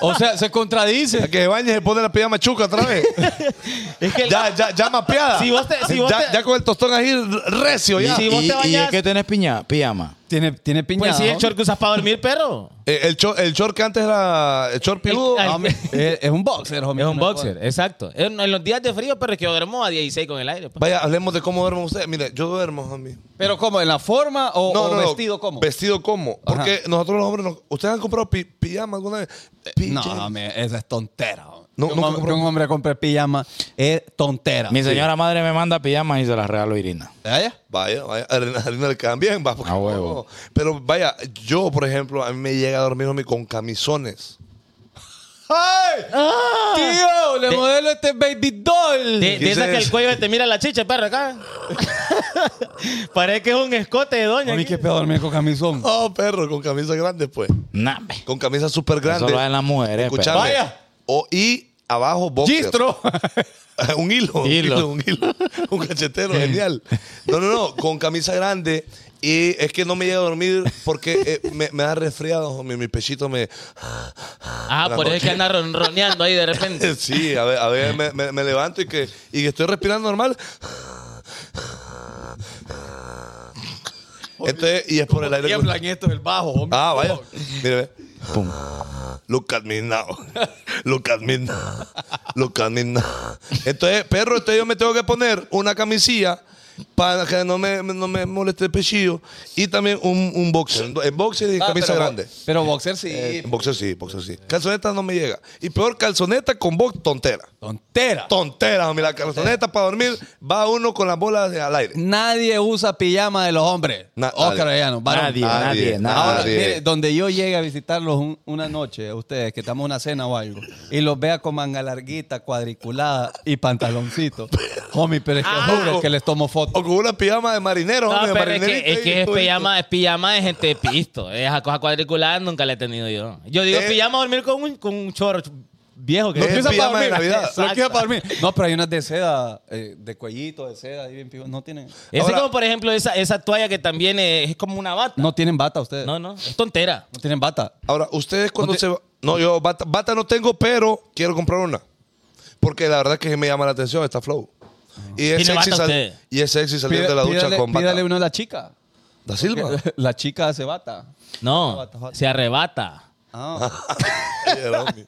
O sea, se La contradice. que se bañe se pone la pijama chuca otra vez. Es que el- ya, ya, ya mapeada. Si vos te- si vos ya, te- ya con el tostón ahí recio ya. Si Sí. vos ¿Y, te y bañas- es que tenés piña, pijama? Tiene, tiene piña. pues sí, el short que usas para dormir, perro. Eh, el, cho- el short que antes era. El short piludo. El- Homie, Eh, es, es un boxer, homie. Es un boxer, exacto. En, en los días de frío, pero es que yo duermo a 16 con el aire. pues. pa. Vaya, hablemos de cómo duermen ustedes. Mire, yo duermo, homie. Pero ¿cómo? ¿En la forma o, o vestido cómo? Vestido como. Porque nosotros los hombres, nos- ¿ustedes han comprado pi- pijama alguna vez? Eh, no, Pinche- homie, esa es tontera. homie. No, que, no un, hombre- compro- que un hombre compre pijama es tontera. Mi Sí. señora madre me manda pijamas y se las regalo a Irina. ¿Vaya? Vaya, vaya, adrenalina le quedan bien, va. porque A huevo. no. Pero vaya, yo, por ejemplo, a mí me llega a dormir homie, con camisones. ¡Ay! Ah. Ah, ¡Tío! Le De- modelo este baby doll. De, de ¿Qué esas es que el eso? cuello te mira la chicha, perro, acá. Parece que es un escote de doña. Homie, aquí. qué pedo dormir con camisón. Oh, perro, con camisas grandes, pues. Nah, hombre. Con camisas súper grandes. Eso lo hacen las mujeres, Escuchame. pero- Vaya. O, y abajo, boxer. ¡Gistro! un hilo, un Hilo. hilo, un hilo. Un cachetero, genial. No, no, no, con camisa grande. Y es que no me llega a dormir porque eh, me, me da resfriado, homie. Mi pechito me... Ah, por eso es que anda ronroneando ahí de repente. Sí, a ver, a ver, me, me- me levanto y que, y que estoy respirando normal. Entonces, y es por el aire. Tiemblan estos, el bajo, homie. Ah, vaya. Mire, ve. Look at me now. Look at me now. Look at me now. Entonces, perro, entonces yo me tengo que poner una camisilla para que no me, no me moleste el pechillo y también un, un boxer. En boxer y en Ah, camisa pero- grande. Pero boxer sí. En boxer sí, boxer sí. Calzoneta no me llega. Y peor, calzoneta con box tontera. tontera. Tontera, homie. La calzoneta para dormir va uno con las bolas de- al aire. Nadie usa pijama de los hombres. Na- Oscar nadie. Arellano, varón. Nadie, nadie, Nadie. nadie. Ahora, Nadie. mire, donde yo llegue a visitarlos un- una noche, a ustedes, que estamos en una cena o algo, y los vea con manga larguita, cuadriculada y pantaloncito. Homie, pero es que Ah. juro que les tomo fotos. O con una pijama de marinero, No, homie, de Ah, pero es que, marinerita es, y que es todo pijama, es pijama de gente de pisto. Esa cosa cuadriculada nunca la he tenido yo. Yo digo Eh. pijama a dormir con un, con un chorro viejo. Que No es. piensa- pijama de Navidad. Lo que usa para dormir. No, pero hay unas de seda, eh, de cuellito, de seda, ahí bien pijo. No tienen, Ese Ahora- como, por ejemplo, esa, esa toalla que también es, es como una bata. no tienen bata ustedes. No, No, no, es tontera. tienen bata. Ahora, ustedes cuando se va- No, yo bata, bata no tengo, pero quiero comprar una. Porque la verdad es que me llama la atención esta flow. Y es, ¿Tiene sexy bata sal- usted? y es sexy salir Pide- de la ducha pídale- con bata. pídale uno a la chica. Da Silva. La chica hace bata. No, se arrebata. Ah, Ay, Romy.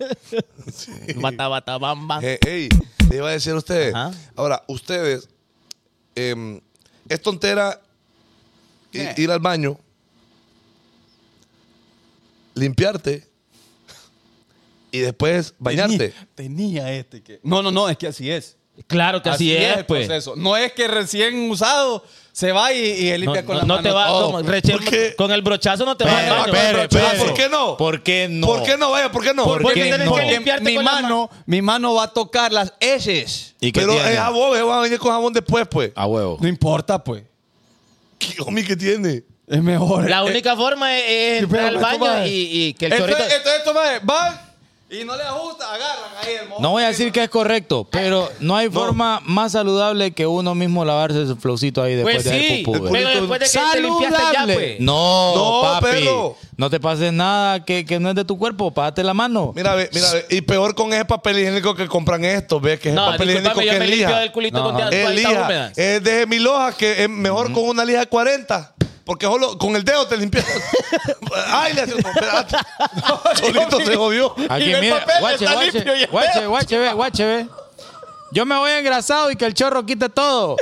Bata, bata, bam, bam. Eh, ey, le iba a decir a ustedes. Ah. Ajá. Ahora, ustedes, em, es tontera i- Eh. ¿Qué? ir al baño, limpiarte y después bañarte. Tenía este que. No, no, no, es que así es. Claro que así, es, el pues. proceso. No es que recién usado se va y, y No, él limpia con no- la no mano te va todo. como Rechel, ¿Por qué? con el brochazo no te va Pero, al baño. pero, Con el pero, ¿por brochazo. qué no? ¿Por qué no? ¿Por qué no? Vaya, ¿por qué no? ¿Por ¿Por qué qué tenés no? que limpiarte Mi con la mano, mi mano va a tocar las heces. ¿Y qué Pero tiene? es Eh, jabón, ellos van a venir con jabón después, pues. A huevo. No importa, pues. ¿Qué homie que tiene? Es mejor. La Eh, única forma es, es entrar al pero, baño madre. y, y que el entonces, chorrito... entonces estos maes van y no les gusta, agarran ahí el mojo. No voy a decir que es correcto, pero no hay forma más saludable que uno mismo lavarse su flowcito ahí después Pues de hacer sí, pupú, güey. pero después de que te limpiaste ya, pues. No, No, papi. perro. No te pases nada que, que no es de tu cuerpo. Pásate la mano. Mira, ve, mira, ve, y peor con ese papel higiénico que compran estos, ves que es No, el papel higiénico disculpame, que yo me es limpio lija. del culito con toallitas Es lija. húmedas. Es de mi loja que es mejor con una lija de 40. Porque solo con el dedo te limpias. Ay, le haces espérate. Solito se jodió. Aquí, Y el mira, papel guache, está guache, limpio y el guache, dedo. guache, ve, guache, ve. Yo me voy engrasado y que el chorro quite todo.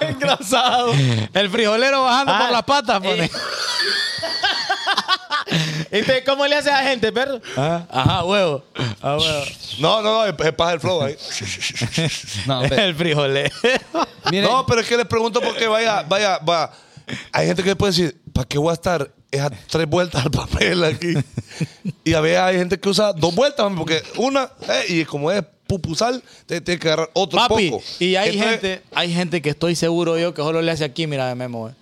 engrasado. El frijolero bajando Ah, por las patas, eh. pone. Entonces, ¿cómo le haces a la gente, perro? Ah, Ajá, huevo. Ah, huevo. No, no, no, es, es paja el flow ahí. No, El frijolero. miren, No, pero es que les pregunto porque vaya, vaya, va. Hay gente que puede decir, ¿para qué voy a estar esas tres vueltas al papel aquí? Y a veces hay gente que usa dos vueltas, hombre, porque una, eh, y como es pupusal, te tiene que agarrar otro Papi, poco. y hay Entonces, gente, hay gente que estoy seguro yo que solo le hace aquí, mira, de memo. eh.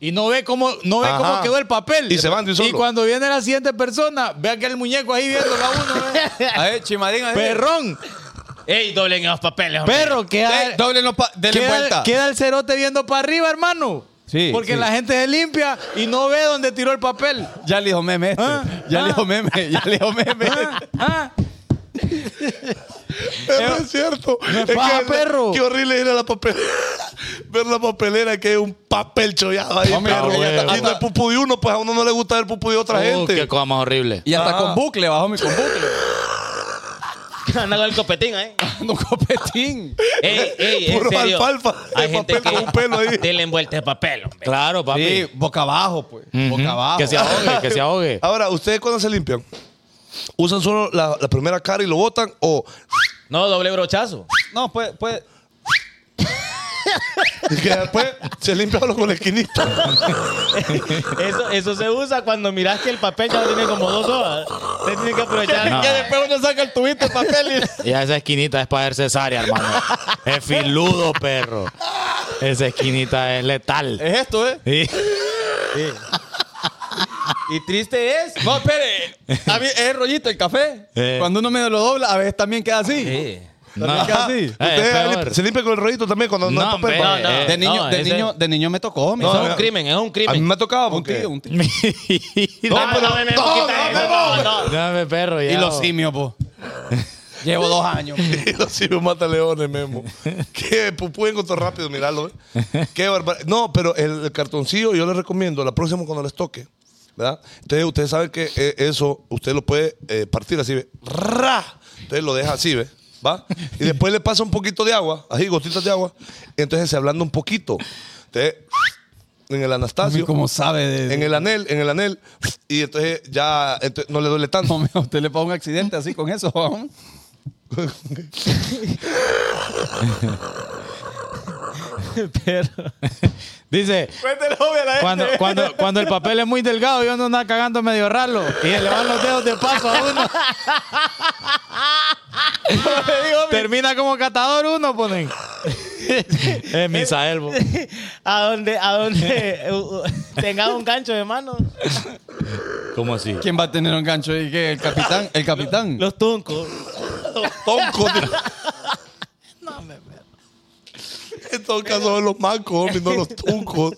Y no ve cómo, no ve Ajá. cómo quedó el papel. Y se van de un solo. Y cuando viene la siguiente persona, ve aquel muñeco ahí viendo la uno. eh. a ver, chimadín, a ver. Perrón, Ey, doblen los papeles, hombre. perro, queda, Ey, doblen los pa- denle queda- vuelta. queda el cerote viendo para arriba, hermano. Sí, Porque sí. la gente se limpia y no ve dónde tiró el papel. Ya le dijo meme este. Ah, ya ah. le dijo meme. Ya le dijo meme. Ah, ah. Pero es cierto. es paja, perro. Qué horrible ir a la papelera. Ver la papelera que es un papel chollado ahí, Hombre, perro. ah, bueno. Y no es pupu de uno, pues a uno no le gusta ver pupu de otra Uh, gente. qué cosa más horrible. Y hasta con bucle, bajo mi con bucle. Anda con el copetín, ¿eh? No copetín. Ey, ey, en Puro serio. alfalfa de Hay gente papel que con un pelo ahí. denle envuelta de papel, hombre. Claro, papi. Sí, boca abajo, pues. Ujú. Boca abajo. Que se ahogue, que se ahogue. Ahora, ¿ustedes cuando se limpian? ¿Usan solo la, la primera cara y lo botan? ¿O No, doble brochazo. No, pues, pues. y que después se limpia solo con la esquinita? Eso, eso se usa cuando miras que el papel ya tiene como dos hojas. Usted tiene que aprovechar. No. Que después uno saca el tubito de papel y. Ya esa esquinita es para ver cesárea, hermano. es filudo, perro. Esa esquinita es letal. Es esto, ¿eh? Sí. Y triste es. No, espere. A mí es el rollito, el café. Eh. Cuando uno medio lo dobla, a veces también queda así. Sí. También No. queda así. Ah, es ¿Ustedes peor. Eh, se limpian con el rollito también cuando no, No, hay papel? hombre. No, no. Eh, De niño, no, de, ese- niño, de niño me tocó. mi No, Eso es no. un crimen, es un A mí crimen. me ha tocado Un porque... tío, un tío. No, Ah, pero- no, me- me- no, quita no, eso. me voy. No, no. Dame, perro, ya. Y los simios, po. Llevo dos años. Sí, me mata leones, Memo. Qué pupú encontró rápido, miralo. ¿eh? Qué barbaridad. No, pero el, el cartoncillo yo les recomiendo la próxima cuando les toque. ¿Verdad? Entonces, ustedes saben que eh, eso usted lo puede eh, partir así, ¿ve? ¡Ra! Entonces lo deja así, ¿ve? ¿Va? Y después le pasa un poquito de agua, así, gotitas de agua. Entonces se ablanda un poquito. Entonces, en el Anastasio, Como sabe de. en el anel, en el anel. Y entonces ya entonces no le duele tanto. No, me- usted le paga un accidente así con eso. ¿no? Perro. Dice, cuando, cuando, cuando el papel es muy delgado y uno anda cagando medio ralo y se le van los dedos de paso a uno. Termina como catador uno, ponen. es Misael, bo. A donde, a donde uh, uh, tenga un gancho de mano. ¿Cómo así? ¿Quién va a tener un gancho? ¿Y qué? ¿El capitán? ¿El capitán? Los tuncos. Tonco. no me En todo caso son los mancos, homie, no los tuncos.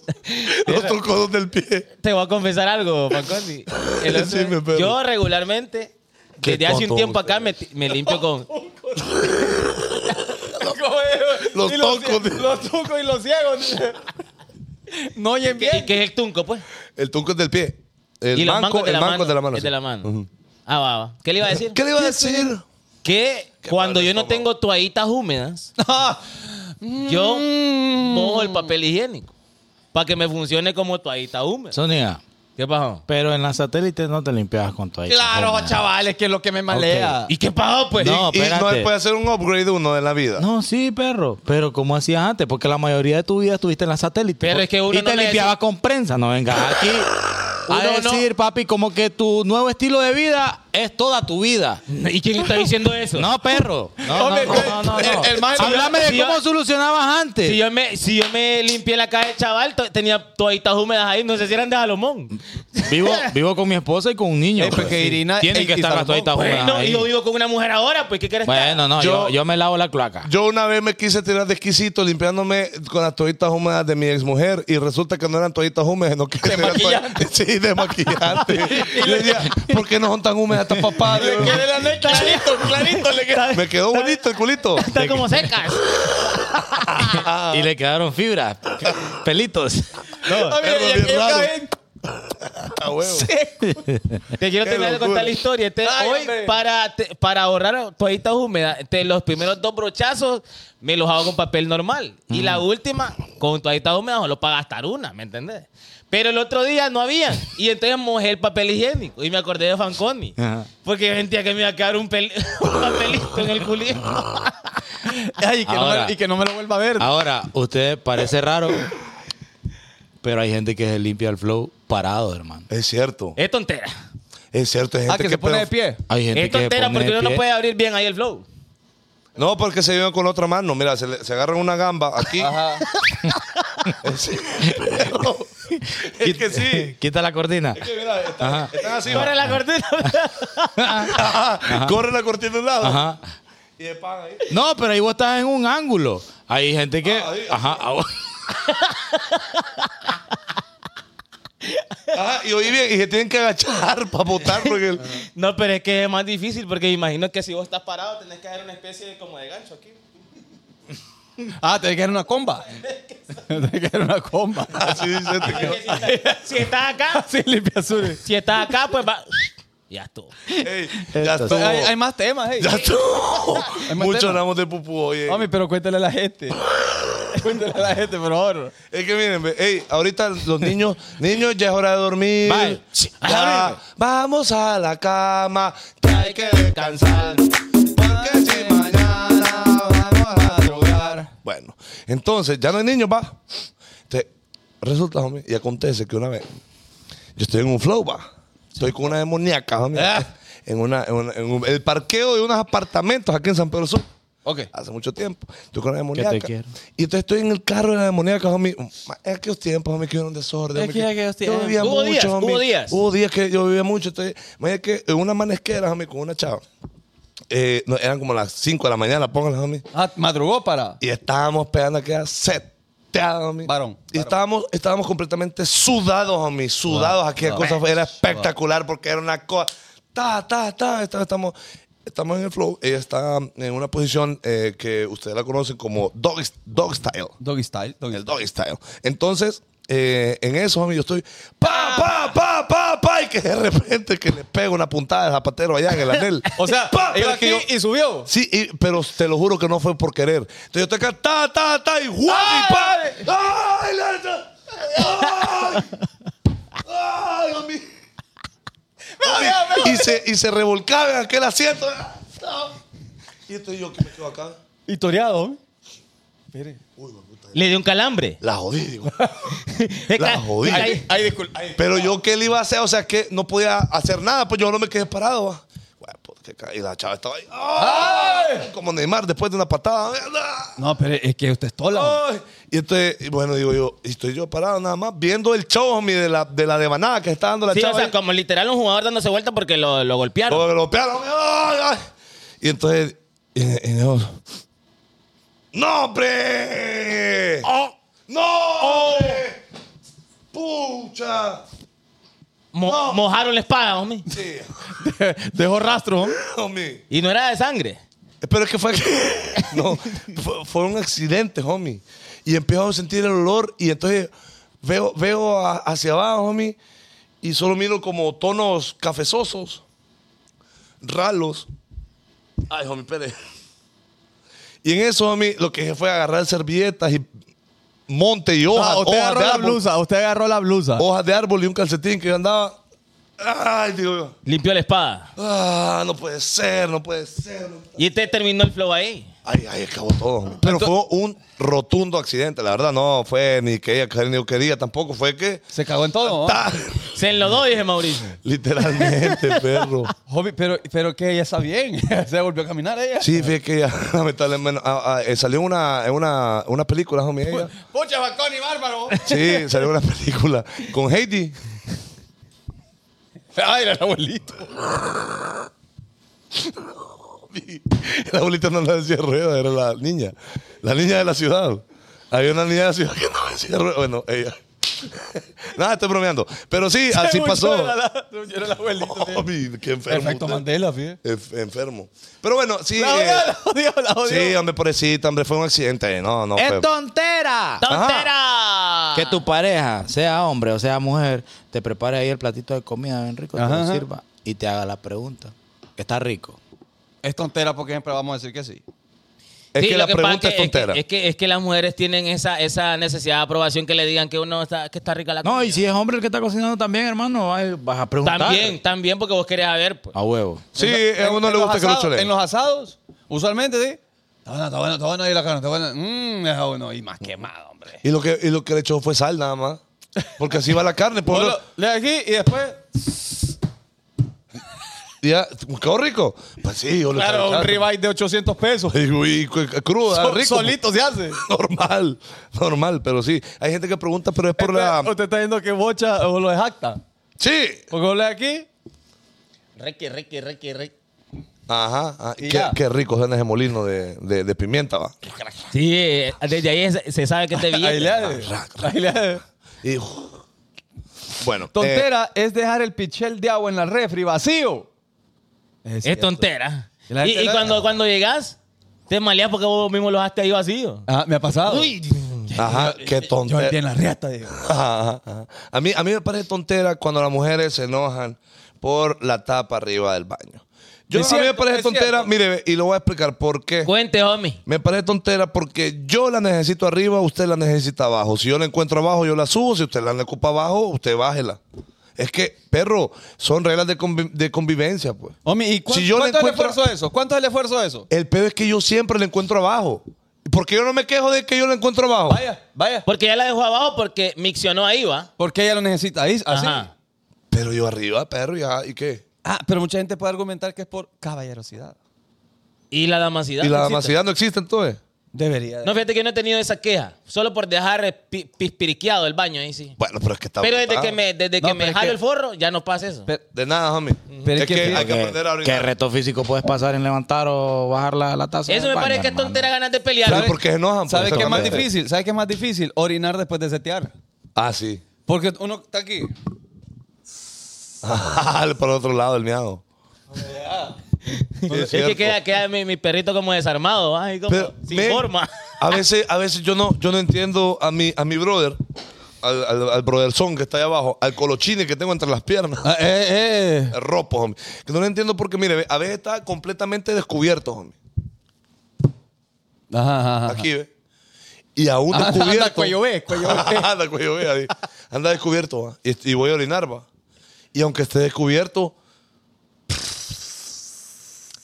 los tuncos son del pie. Te voy a confesar algo, Pacondi. El otro- Decime, perro. yo regularmente, Qué desde hace un tonto tiempo acá, me, me limpio con. Los Los toncos. cie- Los tucos y los ciegos. No oyen ¿Qué- ¿Y bien. qué es el tunco, pues? El tunco es del pie. El y los manco, mangos de el la manco mano. es de la mano. Es sí. de la mano. Ujú. Ah, va, va. ¿Qué le iba a decir? ¿Qué le iba a decir? Que cuando yo no tengo toallitas húmedas, Ah. yo Mm. mojo el papel higiénico para que me funcione como toallita húmeda. Sonia, ¿Qué pasó? pero en la satélite no te limpiabas con tu ahí. Claro, Hombre. chavales, que es lo que me malea. ¿Y qué pasó, pues? No, y, y no espérate. se puede hacer un upgrade uno de la vida. No, sí, perro. Pero como hacías antes, porque la mayoría de tu vida estuviste en la satélite. Pero Por- es que uno Y te no le limpiabas decía- con prensa, no vengas aquí. Uno a no- decir, papi, como que tu nuevo estilo de vida es toda tu vida. ¿Y quién está diciendo eso? No, perro. No, no, Hombre, no, no, no, el- no. el maestro- Háblame de Si yo- cómo solucionabas antes. Si yo, me, si yo me limpié la calle, chaval, to- tenía toallitas húmedas ahí, no sé si eran de Salomón. Vivo, vivo con mi esposa y con un niño. Ey, pero porque sí. Irina- Tienen ey, que y estar las Salomón, toallitas Pues, húmedas no, ahí. y yo vivo con una mujer ahora, pues, ¿qué quieres Bueno, no, yo, Yo- yo me lavo la cloaca. Yo una vez me quise tirar de exquisito limpiándome con las toallitas húmedas de mi exmujer y resulta que no eran toallitas húmedas, no que eran maquillante. toallitas- Sí, de maquillante. y le decía, ¿por qué no son tan húmedas estas papadas? clarito, clarito le queda. me quedó bonito el culito. Están como secas. Y le quedaron fibras, pelitos. Ah, mira, perro, y bien aquí raro. caen. A huevo. Te quiero Qué terminar de locura. contar la historia. Este- Ay, hoy, hombre. para, te- para ahorrar toallitas húmedas, este, los primeros dos brochazos me los hago con papel normal. Y la última, con toallitas húmedas, solo para gastar una, ¿me entendés? Pero el otro día no había. Y entonces mojé el papel higiénico. Y me acordé de Fanconi. Ajá. Porque yo sentía que me iba a quedar un, pel- un papelito en el culito. Ay, y que no me- Ahora. y que no me lo vuelva a ver. Ahora, usted parece raro, pero hay gente que se limpia el flow parado, hermano. Es cierto. Es tontera. Es cierto. Hay gente Ah, que se pone de pie. Hay gente Es que se tontera pone porque de uno no pie. puede abrir bien ahí el flow. No, porque se viven con la otra mano. Mira, se, le- se agarran una gamba aquí. Sí, pero- es que sí. Quita la cortina. Es que mira, están, están así. Para la cortina. Ajá. Corre la cortina de un lado. Ajá. Y de pan ahí. No, pero ahí vos estás en un ángulo. Hay gente que. Ah, ahí. Ajá. ah, Ajá, y oí bien, y se tienen que agachar para botar porque el- No, pero es que es más difícil porque imagino que si vos estás parado tenés que hacer una especie de, como de gancho aquí. Ah, te que era una comba. te que era una comba. así dice este que- Porque Si, si estás Ah, acá, Sí, limpia azul. si estás acá, pues va. Ya estuvo. Ey, ya estuvo. Hay, hay más temas, eh. hey. Ya estuvo. Hay más Mucho tema. hablamos de pupú, eh. oye. Mami, pero cuéntale a la gente. cuéntale a la gente, por favor. Es que miren, ve, ey, ahorita los niños, niños, ya es hora de dormir. Bye. Ya, vamos a la cama, que hay que descansar. Porque si mañana vamos a madrugar. Bueno, entonces ya no hay niños, va. Entonces, resulta, homie, y acontece que una vez yo estoy en un flow, va. Estoy con una demoníaca, homie. En, una, en, una- en un- el parqueo de unos apartamentos aquí en San Pedro Sur. Ok. Hace mucho tiempo. Estoy con la demoníaca. quiero. Y entonces estoy en el carro de la demoníaca, homie. Ma, En aquellos tiempos, homie, que era un desorden. Es homie, que en aquellos Yo vivía tiempos. Hubo mucho, días, homie. hubo días. Hubo días que yo vivía mucho. Entonces, imagínate que en una manesquera, homie, con una chava. Eh, no, eran como las 5 de la mañana, pónganla, homie. Ah, madrugó para. Y estábamos pegando aquella seteada, homie. Varón, Y varón. estábamos, estábamos completamente sudados, homie. Sudados. Aquella cosa fue- era espectacular porque era una cosa. Ta, ta, ta. está- Estamos, estamos en el flow. Ella está en una posición eh, que ustedes la conocen como dog, dog style. Doggy style. Doggy El dog style. Entonces, eh, en eso, homie, yo estoy. Pa, pa, pa, pa, pa. Y que de repente que le pego una puntada de zapatero allá en el anel. O sea, Pa, iba pero aquí que yo- y subió. Sí, y- pero te lo juro que no fue por querer. Entonces yo estoy acá, ta, ta, ta, y guau, y pa. ¡Ay, la- la- ay! ¡Ay, Dios mío! Y se, y se revolcaba en aquel asiento. Y estoy yo que me quedo acá. Y toreado. Le dio un calambre. La jodí, digo. Te La ca- jodí. te ca- Ay, disculpa. ay. Pero yo, ¿qué le iba a hacer? O sea, que no podía hacer nada, pues yo no me quedé parado. va. Bueno, pues, que ca- Y la chava estaba ahí. ¡Ay! Como Neymar después de una patada. No, pero es que usted es Oh, tola. Ay, Y entonces, y bueno, digo yo, y estoy yo parado nada más viendo el show, homie, de la, de la devanada que está dando la Sí, chava. o sea, ahí. Oh. como literal un jugador dándose vuelta porque lo, lo golpearon. Como que lo golpearon, homie, ay, ay. Y entonces, y, y yo, ¡No, hombre! Oh. ¡No! hombre! ¡Pucha! Mo- no. Mojaron la espada, homie. Sí, Dejó rastro. homie. Y no era de sangre. Pero es que fue. no, fue, fue un accidente, homie. Y empiezo a sentir el olor y entonces veo, veo a- hacia abajo, homie, y solo miro como tonos cafezosos, ralos. Ay, homie, espere. Y en eso, homie, lo que hice fue agarrar servilletas y monte y hojas, Ah, usted hojas agarró de la árbol, blusa, usted agarró la blusa. hojas de árbol y un calcetín que yo andaba. Ay, digo yo. Limpió la espada. Ah, no puede ser, no puede ser. no Y este terminó el flow ahí. Ay, ay, acabó todo. Pero fue un rotundo accidente, la verdad. No fue ni que ella quería, ni yo quería tampoco. Fue que. Se cagó en todo. ¿no? Ta- Se enlodó, dije Mauricio. Literalmente, perro. Hobby, pero, pero que ella está bien. Se volvió a caminar ella. Sí, fue que ella, lamentablemente. ah, ah, eh, salió en una, en una, una película, homie. ella. Pucha, bacón y bárbaro. Sí, salió en una película con Heidi. Ay, era el abuelito. La abuelita no andaba en silla de ruedas, era la niña. La niña de la ciudad. Había una niña de la ciudad que andaba en silla de ruedas. Bueno, ella. Nada, estoy bromeando. Pero sí, ah, así pasó. Era, la- era el abuelito. tío. Homie, qué enfermo. Perfecto usted. Mandela, fíjate. Enf- enfermo. Pero bueno, sí. eh, La odio, la odio, la odio. sí, hombre, pobrecita, hombre, fue un accidente. No, no. fue- ¡Es tontera! ¡Tontera! Que tu pareja, sea hombre o sea mujer, te prepare ahí el platito de comida bien rico, te Ajá, lo ajá. sirva y te haga la pregunta. ¿Está rico? Es tontera porque siempre vamos a decir que sí. es Sí, que lo la pasa pregunta es que- tontera. Es que, es que, las mujeres tienen esa, esa necesidad de aprobación que le digan que uno está, que está rica la No, comida. y si es hombre el que está cocinando también, hermano, ay, vas a preguntar. Ah. También, también, porque vos querés saber. pues. A huevo. sí, En- a uno en le los gusta que lo asados- chulen. En los asados, usualmente, sí. Está bueno, está bueno, está bueno ahí la carne, está bueno. Mmm, está bueno. Y más quemado, hombre. Y, lo que, y lo que le echó fue sal nada más. Porque así va la carne. pues, Solo Le aquí y después. y ya, quedó rico. Pues sí, yo le Claro, echaba un carne. ribeye de 800 pesos. Y, y cu- cruda, Sol- rico. Solito se hace. Normal, normal, pero sí. Hay gente que pregunta, pero es por la. Usted está viendo que bocha o lo es acta. Sí. Porque vos le aquí. Requi, requi, requi, requi. Ajá. ajá. Qué, Y ya. qué rico suena ese molino de, de- de pimienta, va. Sí, eh, desde ahí es- se sabe que te Ahí le billete. hace. Ahí le hace. Y- Bueno. eh, Tontera es dejar el pichel de agua en la refri vacío. Es tontera. Y la Y, gente y la- cuando, cuando llegas, te maleas porque vos mismo lo dejaste ahí vacío. Ah, me ha pasado. Eh, Uy, Ajá, qué Yo tontera. metí en la riata, digo. Ajá, ajá. A mí, a mí me parece tontera cuando las mujeres se enojan por la tapa arriba del baño. Yo, Es a mí me cierto, parece es tontera, cierto. mire, y lo voy a explicar por qué. cuente, homie. Me parece tontera porque yo la necesito arriba, usted la necesita abajo. Si yo la encuentro abajo, yo la subo. Si usted la ocupa abajo, usted bájela. Es que, perro, son reglas de, convi- de convivencia, pues. Homie, ¿y cuán- Si yo le cuánto es el encuentro- esfuerzo de eso? ¿Cuánto es el esfuerzo de eso? El peor es que yo siempre la encuentro abajo. Porque yo no me quejo de que yo la encuentro abajo. Vaya, vaya. Porque ya la dejó abajo porque miccionó ahí, va. Porque ella lo necesita. Ahí, así. Ajá. Pero yo arriba, perro, ya, ¿y qué? Ah, pero mucha gente puede argumentar que es por caballerosidad. Y la damacidad. ¿Y la no existe. damacidad no existe entonces? Debería. de- No, fíjate que yo no he tenido esa queja. Solo por dejar eh, pi- pispiriqueado el baño ahí, sí. Bueno, pero es que está Pero desde botado. que me, desde No, que me pero es jalo que- el forro, ya no pasa eso. Pero- De nada, homie. Pero es es, que que, hay que ¿Qué- aprender a ¿Qué orinar. reto físico puedes pasar en levantar o bajar la, la taza? eso del me baño, parece que es hermano? tontera ganas de pelear. ¿Sabe por qué se enojan? Por ¿Sabes eso qué es más también. difícil? ¿Sabes qué es más difícil? Orinar después de setear. Ah, sí. Porque uno está aquí. Por otro lado, el miado. Es que queda, queda mi, mi perrito como desarmado, ¿va? Ahí como Pero, sin men, forma. A veces, a veces yo no, yo no entiendo a mi, a mi brother, al, al, al brother son que está ahí abajo, al colochine que tengo entre las piernas. Ah, eh, eh. El ropo, homie. Que no lo entiendo porque, mire, ve, a veces está completamente descubierto, homie. Ajá, ajá, ajá. Aquí, ve. Y aún Anda- anda descubierto. cuello B, cuello B. anda cuello B, ahí. Anda descubierto, va. Y, y voy a orinar, va. Y aunque esté descubierto,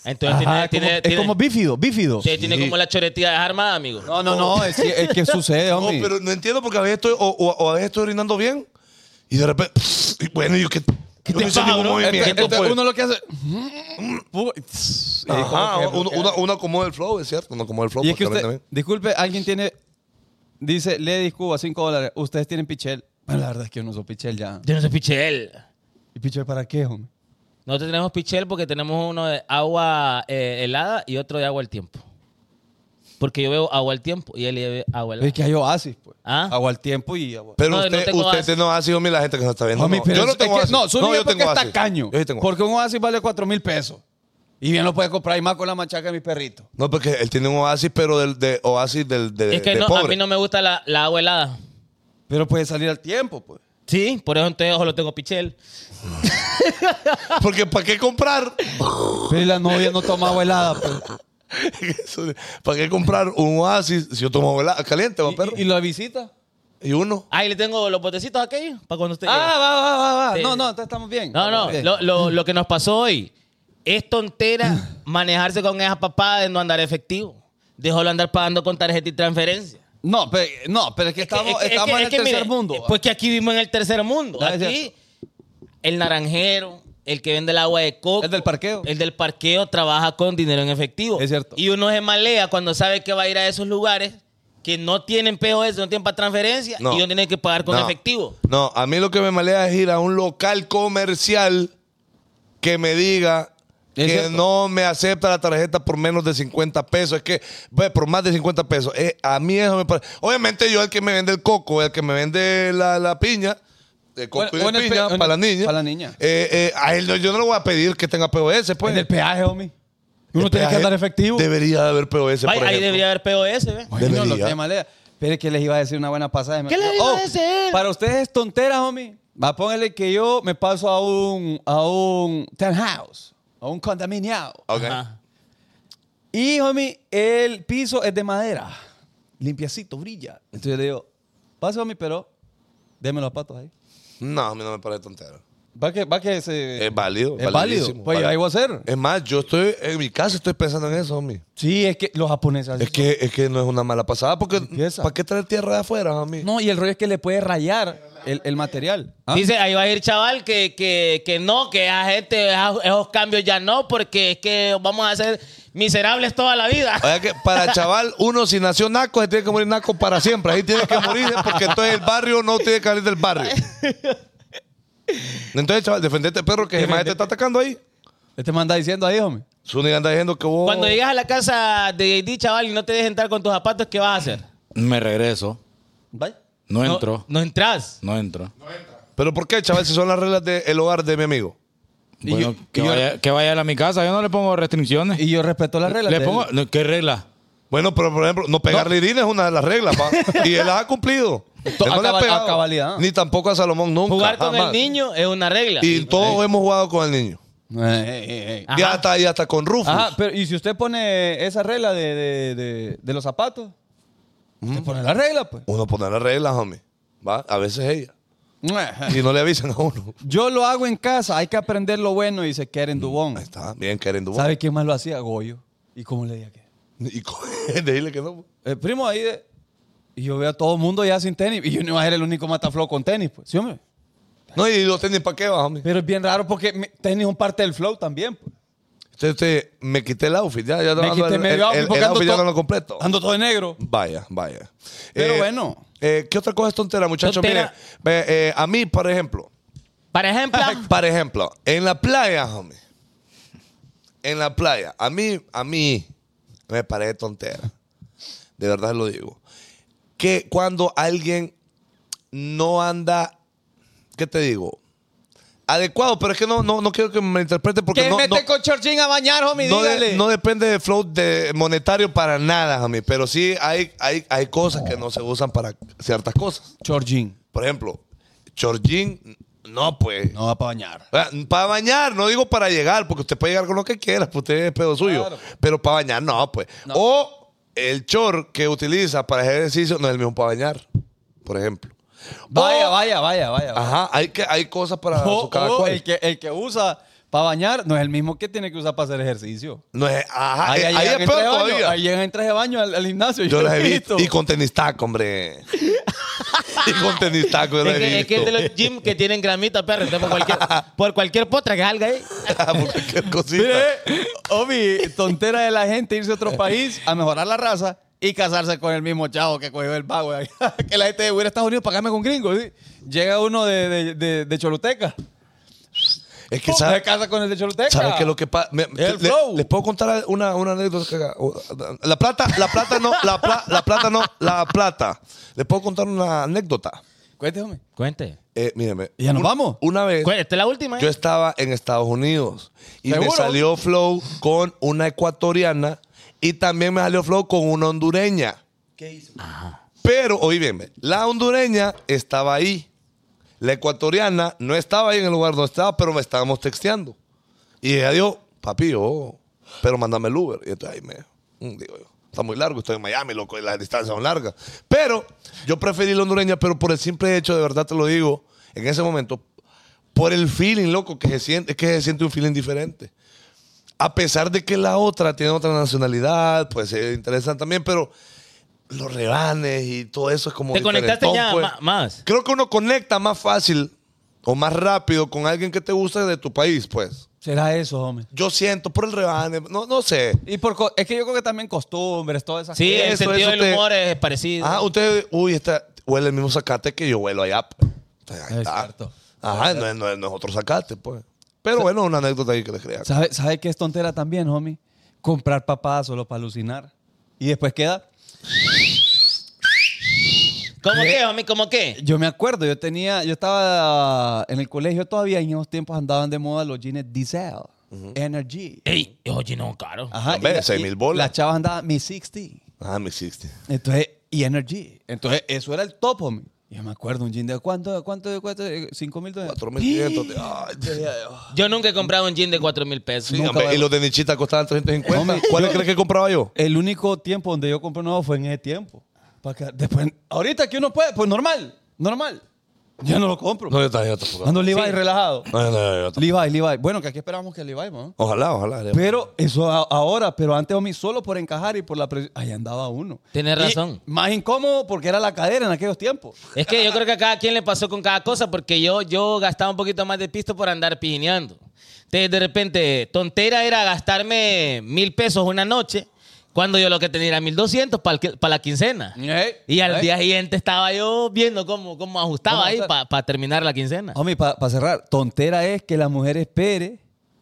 Entonces tiene, Ajá, es tiene, como- es tiene- como bífido, bífido. sí, tiene como la choretilla desarmada, amigo. No, no, no, es, que- es que sucede, No, hombre. pero no entiendo porque a veces estoy, o, o- o a veces estoy orinando bien y de repente. y bueno, yo que. yo te no hice pasa, ningún bro? movimiento, Este- este- pues. mm, uno lo que hace. Ajá, uno, uno, uno acomoda el flow, es cierto, uno acomoda el flow. Y es que porque usted, Oh, pues, también- disculpe, alguien tiene, dice, Ledis Cuba, 5 dólares, ustedes tienen pichel. Bueno, la verdad es que yo no uso pichel ya. Yo no soy pichel. ¿Y pichel para qué, hombre? Nosotros tenemos pichel porque tenemos uno de agua eh, helada y otro de agua al tiempo. Porque yo bebo agua al tiempo y él bebe agua helada. Es que hay oasis, pues. Ah. Agua al tiempo y agua. Pero No, no usted, tengo usted así. no hace, homie, la gente que nos está viendo. Homie, no. pero Yo no es- tengo es que- así. No, solo yo, porque es así. tacaño. Yo sí tengo Porque un oasis vale 4 mil pesos. así. Y bien lo puede comprar y más con la machaca de mi perrito. No, porque él tiene un oasis, pero del de oasis del de, es que de no, a pobre. mí no me gusta la, la agua helada. Pero puede salir al tiempo, pues. Sí, por eso entonces ojo, lo tengo pichel. Porque ¿para qué comprar? Pero y la novia no toma agua helada, pues. ¿Para qué comprar un oasis si yo tomo helado caliente, va, perro? ¿Y, y la visita? Y uno. Ahí le tengo los botecitos aquellos para cuando usted Ah, llegue. va, va, va, va. Sí. No, no, entonces estamos bien. No, no, Ok. lo, lo- lo que nos pasó hoy es tontera manejarse con esa papada de no andar efectivo. Déjalo andar pagando con tarjeta y transferencia. No, pero, no, pero es que estamos, Es que- es estamos que- en es el que, tercer mire, mundo. va. Pues que aquí vivimos en el tercer mundo. Ya, es Aquí, el naranjero, el que vende el agua de coco. El del parqueo. El del parqueo trabaja con dinero en efectivo. Es cierto. Y uno se malea cuando sabe que va a ir a esos lugares que no tienen POS, no tienen para transferencia No. y uno tiene que pagar con No. efectivo. No, a mí lo que me malea es ir a un local comercial que me diga Es que cierto. no me acepta la tarjeta por menos de 50 pesos. Es que, ve, por más de 50 pesos. Eh, a mí eso me parece. Obviamente, yo el que me vende el coco, el que me vende la, la piña. El coco Bueno, y la bueno, el piña pe- bueno, para la niña. para la niña. Eh, eh, a él no- yo no le voy a pedir que tenga POS, pues. en el peaje, homie. Uno El tiene que peaje andar efectivo. Debería de haber POS. por Ay, ahí ejemplo. debería haber POS, ¿ve? Ay, no, lo Debería. que malea. Pero es que les iba a decir una buena pasada. oh, ¿Qué les iba a decir? Para ustedes es tontera, homie. Va, póngale que yo me paso a un, a un townhouse, a un condominiado. Ok. Ajá. Y, homie, el piso es de madera. Limpiacito, brilla. Entonces yo le digo, pase, homie, pero déme los patos ahí. No, a mí no me parece tontero. Va que, va que se... Es válido. Es válido. validísimo, Pues válido. ahí voy a hacer. Es más, yo estoy en mi casa, estoy pensando en eso, homie. Sí, es que los japoneses hacen Es que, es que no es una mala pasada, porque Empieza. ¿para qué traer tierra de afuera, homie? No, y el rollo es que le puede rayar el, el material. ¿Ah? Dice, ahí va a ir chaval que, que, que no, que a gente, a- esos cambios ya no, porque es que vamos a ser miserables toda la vida. O sea que para chaval, uno si nació naco, se tiene que morir naco para siempre. Ahí tiene que morir porque entonces el barrio no tiene que salir del barrio. Entonces, chaval, defendete, perro, que el maestro te está atacando ahí. Este me anda diciendo ahí, homie. Zúñiga anda diciendo que vos... Oh. Cuando llegas a la casa de JD, chaval, y no te dejes entrar con tus zapatos, ¿qué vas a hacer? Me regreso. Vaya. No No- entro. No, entras. No, entro. Pero ¿por qué, chaval, si son las reglas del hogar de mi amigo? Y Bueno, yo- que, y yo- vaya, que vaya él a mi casa. Yo no le pongo restricciones. Y yo respeto las reglas. le de- pongo... no, ¿Qué regla? Bueno, pero por ejemplo, no pegarle irina es una de las reglas, pa. Y él las ha cumplido. To- Él no a le ha cabal- pegado. a cabalidad. Ni tampoco a Salomón nunca. Jugar con jamás. el niño es una regla. Y todos hemos jugado con el niño. Ey, ey, ey. Y Ajá. hasta, y hasta con Rufus. Ah, Ajá, pero ¿y si usted pone esa regla de, de- de- de los zapatos? Usted pone la regla, pues. Uno pone las reglas, homie. ¿Va? A veces ella. Y no le avisan a uno. Yo lo hago en casa, hay que aprender lo bueno, dice Karen Dubón. Ahí está, bien queriendo. vos. ¿Sabe quién más lo hacía? Goyo. ¿Y cómo le dije a qué? Y co- decirle que no. El primo ahí de... Y yo veo a todo el mundo ya sin tenis. Y yo no iba a ser el único mataflow con tenis, pues. ¿Sí, hombre? No, y los tenis para qué va, homie. Pero es bien raro porque mi- tenis es un parte del flow también, pues. Entonces, este, me quité el outfit. Ya, ya Me no- quité el, medio outfit el- el porque ando outfit ya todo- no lo completo. Ando todo de negro. Vaya, vaya. Pero bueno. eh, ¿Qué otra cosa es tontera, muchachos? Mire, Tontera. ve, eh, a mí, por ejemplo, Por ejemplo, Por ejemplo, en la playa, homie. En la playa. A mí, a mí, me parece tontera. De verdad lo digo. Que cuando alguien no anda, ¿qué te digo? Adecuado, pero es que no, no, no quiero que me interprete porque ¿Quién no, no, mete con Chorchín a bañar, homie? no de- Dígale. no depende de flow de monetario para nada, homie. Pero sí hay, hay, hay cosas que no se usan para ciertas cosas. Chorchín. Por ejemplo, Chorgin, no pues. No va para bañar. Para bañar, no digo para llegar, porque usted puede llegar con lo que quiera, pues usted es pedo suyo. Claro. Pero para bañar, no, pues. O el chor que utiliza para hacer ejercicio no es el mismo para bañar, por ejemplo. Vaya, O- vaya, vaya, vaya. vaya. Ajá, hay, que, hay cosas para O- Ah, su cada o cual. el, que, el que usa para bañar no es el mismo que tiene que usar para hacer ejercicio. No es, ajá, eh, ahí, llegan es en peor traje de baño, todavía. Ahí llegan en traje de baño al, al gimnasio. Yo las he visto. Y con tenis taco, hombre. y con tenis taco, yo es las que, he es que es de visto. los gym que tienen gramita, perro. Entonces, por cualquier, por cualquier potra que salga ahí. Ah, Por cualquier cosita. Mire, Omi, tontera de la gente irse a otro país a mejorar la raza y casarse con el mismo chavo que cogió el pago. de acá. que la gente de huir a Estados Unidos para casarme con gringos. ¿sí? Llega uno de, de, de- de Choluteca. es que, Se ¿sabes? casa con el de Choluteca. ¿Sabes qué es lo que pasa? El flow. Les puedo contar una, una anécdota. que haga- La plata, la plata no, la, pla- la plata no, la plata. Les puedo contar una anécdota. Cuéntame. Cuente. Eh, mírame. ¿Ya nos un- vamos? Una vez. Cuente, esta es la última. ¿eh? Yo estaba en Estados Unidos y me ¿Seguro? salió flow con una ecuatoriana y también me salió flow con una hondureña. ¿Qué hizo? Pero, oí bien, la hondureña estaba ahí. La ecuatoriana no estaba ahí en el lugar donde estaba, pero me estábamos texteando. Y ella dijo, papi, yo, pero mándame el Uber. Y entonces ahí me mm, digo yo, está muy largo, estoy en Miami, loco, y las distancias son largas. Pero yo preferí la hondureña, pero por el simple hecho, de verdad te lo digo, en ese momento, por el feeling, loco, que se siente, es que se siente un feeling diferente. A pesar de que la otra tiene otra nacionalidad, pues es interesante también, pero los rebanes y todo eso es como. Te conectaste diferentón, ya pues. ma- más. Creo que uno conecta más fácil o más rápido con alguien que te gusta de tu país, pues. Será eso, hombre. Yo siento por el rebane, no, no sé. Y por co- es que yo creo que también costumbres, todas esas Sí, el Eso, sentido eso del te- humor es parecido. Ah, usted, uy, está, huele el mismo zacate que yo huelo allá. p- O sea, ahí Es está. cierto. Ajá, no, es- no es- no es otro zacate, pues. Pero bueno, una anécdota ahí que les creía. ¿Sabe, ¿Sabe qué es tontera también, homie? Comprar papadas solo para alucinar. Y después queda. ¿Cómo qué, homie? ¿Cómo qué? Yo me acuerdo, yo tenía, yo estaba en el colegio todavía y en esos tiempos andaban de moda los jeans Diesel, Energy. Ey, oye, no, caro. Ajá. Hombre, y la- seis y mil bolas. Las chavas andaban Mi 60. Ah, me hiciste. Entonces, y Energy. Entonces, eso era el top, homie. Yo me acuerdo, un jean de cuánto, de cuánto, de cuánto, de cinco mil dólares. 4.500. de- ay, de- Yo nunca he comprado un jean de 4 mil pesos. Sí, Nunca hombre, va- y los de Nichita costaban 350. ¿Cuál crees que compraba yo? El único tiempo donde yo compré nuevo fue en ese tiempo. Pa' que después, ahorita que uno puede, pues normal, normal. Ya no lo compro. pues. No, yo también, yo tampoco. Ando Levi relajado. No, yo- no, yo- yo tampoco. Levi, Levi. Bueno, que aquí esperamos que Levi, ¿no? Ojalá, ojalá. Pero eso a- ahora, pero antes, homie, solo por encajar y por la presión. Ahí andaba uno. Tienes Y razón. Más incómodo porque era la cadera en aquellos tiempos. Es que yo creo que a cada quien le pasó con cada cosa, porque yo, yo gastaba un poquito más de pisto por andar pijineando. Entonces, de repente, tontera era gastarme mil pesos una noche, cuando yo lo que tenía era mil doscientos para la quincena. Y al día siguiente estaba yo viendo cómo, cómo ajustaba Eh. ¿Cómo Oh. ahí ajustar? para terminar la quincena. Homie, para cerrar, tontera es que la mujer espere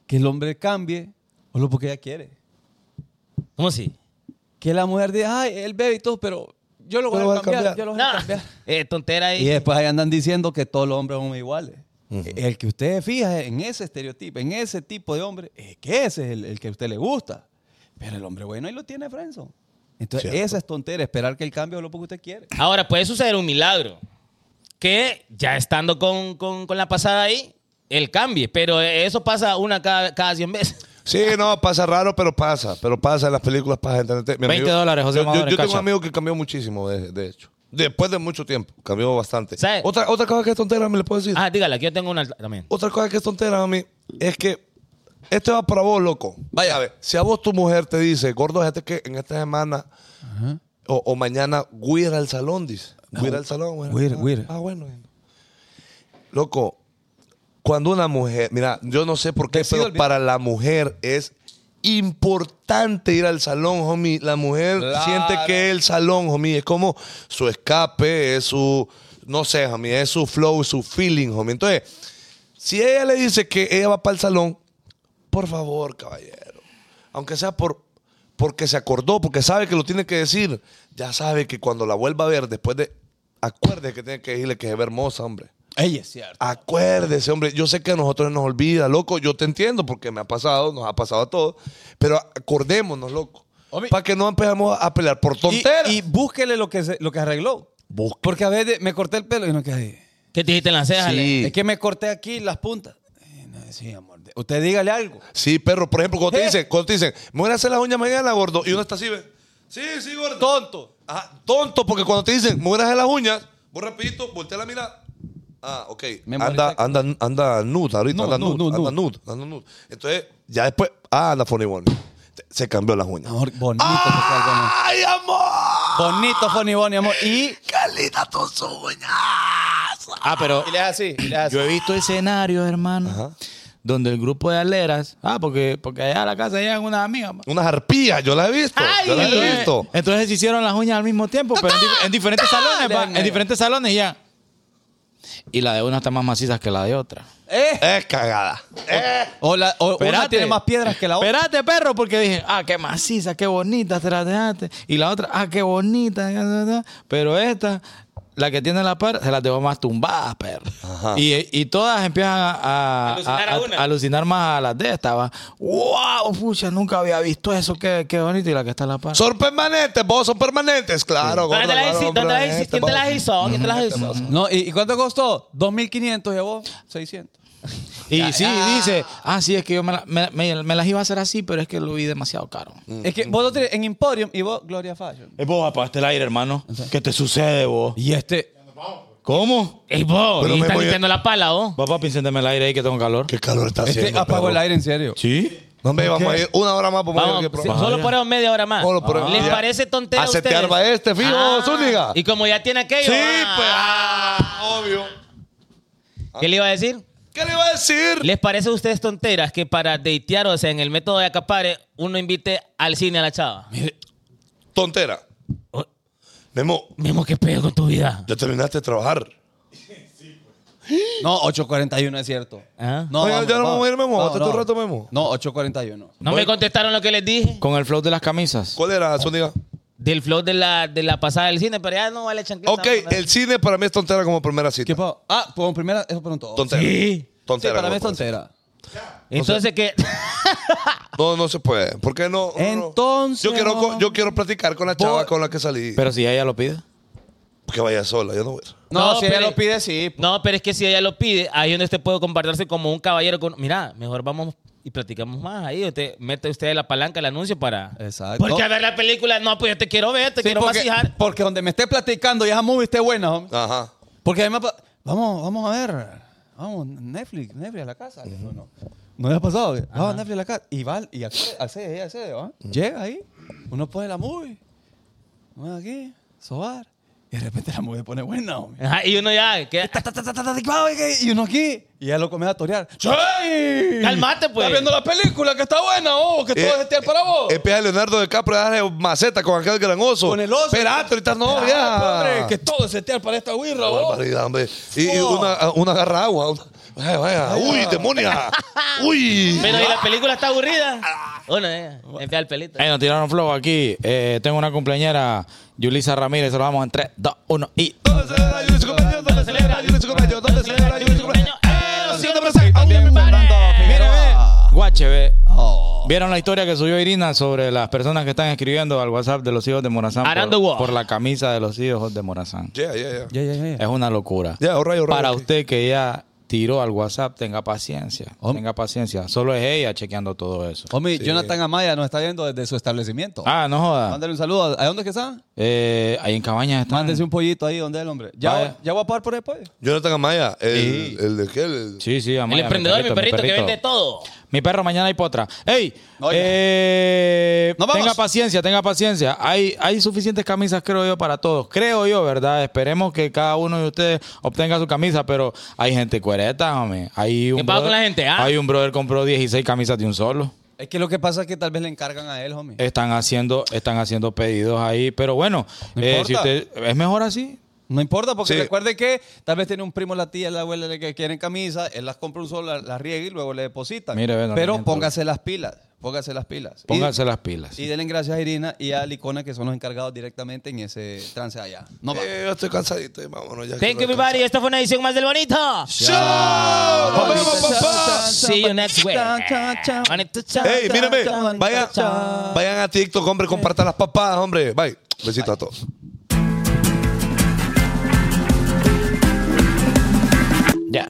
que el hombre cambie o lo porque ella quiere. ¿Cómo así? Que la mujer diga, ay, él bebe y todo, pero yo lo voy Pero va a a cambiar, cambiar. Yo lo voy No, a cambiar. eh, tontera ahí. Y después ahí andan diciendo que todos los hombres son iguales. E-, El que usted fija en ese estereotipo, en ese tipo de hombre, es que ese es el, el que a usted le gusta. Pero el hombre bueno ahí lo tiene Frenzo. Entonces, Cierto. esa es tontera, esperar que el cambio es lo que usted quiere. Ahora, puede suceder un milagro. Que ya estando con, con- con la pasada ahí, él cambie. Pero eso pasa una cada, cada 100 veces. Sí, no, pasa raro, pero pasa. Pero pasa en las películas, pasa en internet. Mi 20 dólares, José Yo, yo- Amador, yo en tengo un cacha. amigo que cambió muchísimo, de, de hecho. Después de mucho tiempo, cambió bastante. ¿Sabe? Otra, otra cosa que es tontera, me le puedo decir. Ah, dígala, que yo tengo una también. Otra cosa que es tontera, a mí, es que esto va para vos, loco. Vaya, a ver, si a vos tu mujer te dice, gordo, fíjate que en esta semana o, o mañana voy a ir al salón, dice. Voy a ir al salón. bueno. voy a ir, Ah, voy a ir. Ah, bueno. bueno. Loco, cuando una mujer, mira, yo no sé por qué, Decido pero olvidar. para la mujer es importante ir al salón, homie. La mujer Claro. siente que el salón, homie, es como su escape, es su, no sé, homie, es su flow, su feeling, homie. Entonces, si ella le dice que ella va para el salón, por favor, caballero, aunque sea por porque se acordó, porque sabe que lo tiene que decir, ya sabe que cuando la vuelva a ver después de acuerde que tiene que decirle que es hermosa, hombre. Ey, es cierto. Acuérdese, hombre, yo sé que a nosotros nos olvida, loco, yo te entiendo porque me ha pasado, nos ha pasado a todos, pero acordémonos, loco, Homie. para que no empezamos a pelear por Y, tonteras. y búsquele lo que, se- lo que arregló. Busque. Porque a veces me corté el pelo y no quedé. ¿Qué te dijiste en la ceja? Ale? Sí. Es que me corté aquí las puntas. Eh, no, sí, amor. de- Usted dígale algo. Sí, perro, por ejemplo, cuando te Eh. dicen, cuando te dicen, me voy a hacer las uñas mañana, gordo, y uno está así, ve, sí, sí, gordo. Tonto. Ajá, tonto, porque cuando te dicen, me voy a hacer las uñas, vos rapidito, voltea la mirada. Ah, ok. Me Anda, molesta. anda, anda nude ahorita, Nude, anda nude, nude, nude, anda nude, anda nude. Entonces, ya después, ah, anda funny Bonnie. Te- Se cambió las uñas. Amor, bonito. ¡Ay, amor! porque algo no- Bonito, Fonny Bonnie, amor. Y ¡Qué lindas tus uñas! Ah, pero Y le das así, y le das así. yo he visto escenarios, hermano, donde el grupo de aleras, ah, porque, porque allá a la casa llegan unas amigas. ma. Unas arpías, yo las he visto. yo las he visto. Entonces se hicieron las uñas al mismo tiempo, pero en, dif- en diferentes salones, Le pa, dan en ahí. diferentes salones ya. Y la de una está más maciza que la de otra. ¡Eh! Es cagada. Eh. O, la, o una Espérate. tiene más piedras que la otra. Espérate, perro, porque dije, ah, qué maciza, qué bonita te la dejaste. Y la otra, ah, qué bonita. ya, ya, ya. Pero esta, la que tiene la par, se las dejó más tumbadas, perro. Ajá. Y, y todas empiezan a, a- Alucinar a una. alucinar más a las de estas, va. ¡Wow! Pucha, nunca había visto eso, qué, qué bonito. Y la que está en la par. Son permanentes, vos son permanentes, claro. gordo, ¿Dónde te las claro, hizo? ¿Dónde te este las hizo? ¿Quién te las permanente, hizo? ¿Quién te las Este hizo? No, ¿y, y cuánto costó? 2.500 y a vos 600. Y sí, dice, ah, sí, es que yo me, la- me- me- me las iba a hacer así, pero es que lo vi demasiado caro. Es que vos lo tenés en Emporium y vos Gloria Fashion. Eh, vos apagaste el aire, hermano. ¿Qué te sucede, vos? Y este, ¿Cómo? Ey, vos, Pero y me estás voy a- limpiando la pala, vos. Papá, pincénteme el aire ahí que tengo calor. Qué calor está este haciendo. apagó perro. el aire en serio. ¿Sí? No, hombre, vamos a ir una hora más. Vamos, a Vamos, ir a que sí, pro- solo Vaya. ponemos media hora más. Solo por- ¿Les ya. parece tontería A setear va este, fijo, Zúñiga. Ah, Y como ya tiene aquello. Sí, ah, pues, ah, obvio. pues. ¿Qué le iba a decir? ¿Qué le iba a decir? ¿Les parece a ustedes tonteras que para datear, o sea, en el método de acapare, uno invite al cine a la chava? Tontera. Oh. Memo, Memo, ¿qué pedo con tu vida? ya terminaste de trabajar. No, 8.41 es cierto. Ah. No, Oye, ya no vamos a ir, Memo, No, hasta no. tu rato, Memo. No, 8.41. ¿No me contestaron lo que les dije? Con el flow de las camisas. ¿Cuál era, Zúñiga? Del flow de la, de la pasada del cine, pero ya no vale chanqueta. Ok, vamos a- el cine para mí es tontera como primera ¿Qué cita. pa- Ah, pues primera, eso pronto. Tontera. Sí. Tontera. sí, para mí es como primera tontera. Entonces, que cita. No, no se puede. ¿Por qué no? No, no. Entonces, Yo quiero, co- no. yo quiero platicar con la chava Vos- con la que salí. Pero si ella lo pide. que vaya sola, yo no voy. a ir. No, No, si ella pero- lo pide, sí. po. No, pero es que si ella lo pide, ahí donde usted puede compartirse como un caballero con. Mira, mejor vamos y platicamos más ahí. Usted, mete usted la palanca el anuncio para. Exacto. Porque a ver la película, no, pues yo te quiero ver, te Sí, quiero porque, vacijar. porque donde me esté platicando y esa movie esté buena, homie. Ajá. Porque además, pa- vamos, vamos a ver. Vamos, Netflix, Netflix a la casa. No, no. No le ha pasado. eh. Vamos, Netflix a la casa. Y va, y accede, accede, accede, ¿va? Llega ahí, uno pone la movie, uno aquí, sobar, y de repente la movie pone buena, homie. Ajá, y uno ya. que- Ta, ta, ta, ta, ta, ta, ta, Y uno aquí, y ya lo comienza a torear. ¡Sí! Calmate, pues. Estás viendo la película que está buena, oh, que todo es este para vos. Empieza Eh, Leonardo DiCaprio a darle maceta con aquel gran oso. Con el oso. Esperate, ahorita no, Ay, ya. hombre, que todo es setear para esta Qué guirra, vos. barbaridad, hombre. Y, y una, ah, una agarra agua. una- Vaya, vaya. Uy, demonia. Uy. Pero y la película está aburrida. Uno, eh, empieza el pelito. Ahí nos tiraron flow aquí. Eh, tengo una cumpleañera, Yulisa Ramírez. Se lo vamos en 3, 2, 1 y. ¿Dónde celebra Yuri su cumpleaños? ¿Dónde celebra Yuri su cumpleaños? ¿Dónde celebra Yuri su cumpleaños? ¡Eh, lo siento, pero se- También Fernando Figueroa. Guache, ve. Oh. ¿Vieron la historia que subió Irina sobre las personas que están escribiendo al WhatsApp de los hijos de Morazán Arando por, Wall. por la camisa de los hijos de Morazán? Yeah, yeah, yeah. Ya, ya, ya. Es una locura. Ya, ahorra, ahorra, Para ok. usted que ya tiró al WhatsApp, tenga paciencia. Hom- Tenga paciencia. Solo es ella chequeando todo eso. Homie, Jonathan Amaya nos está viendo desde su establecimiento. Ah, no joda. Mándale un saludo. ¿A dónde es que está? Eh, ahí en Cabañas están. Mándese un pollito ahí donde el hombre. Ya, Vaya. ya voy a pagar por el pollo. Jonathan Amaya, el, Sí. el de qué? El- Sí, sí, el Amaya, emprendedor, mi perrito, mi que vende todo. Mi perro, mañana hay potra. ¡Ey! Oye. eh, Nos vamos. tenga paciencia, tenga paciencia. Hay, hay suficientes camisas, creo yo, para todos. Creo yo, ¿verdad? Esperemos que cada uno de ustedes obtenga su camisa, pero hay gente cuereta, hombre. Hay un ¿Qué pasa con la gente, ah? Hay un brother compró 16 camisas de un solo. Es que lo que pasa es que tal vez le encargan a él, homie. Están haciendo, están haciendo pedidos ahí, pero bueno, No eh, importa. si usted, es mejor así. No importa, porque Sí. recuerde que tal vez tiene un primo, la tía, la abuela la que quieren camisa, él las compra un solo, las la riega y luego le depositan. Mire, ve, no Pero tienen póngase las pilas, póngase las pilas. Pónganse y, las pilas. Y denle gracias a Irina y a Licona, que son los encargados directamente en ese trance allá. No va. Eh, yo estoy cansadito y vámonos ya. Thank you, quiero everybody. Esta fue una edición más del Bonito. descansar. ¡Nos vemos, papá! See you next week. Bonito, chao. Ey, mírame, vayan, vayan a TikTok, hombre, compartan las papadas, hombre. Bye. Besitos a todos.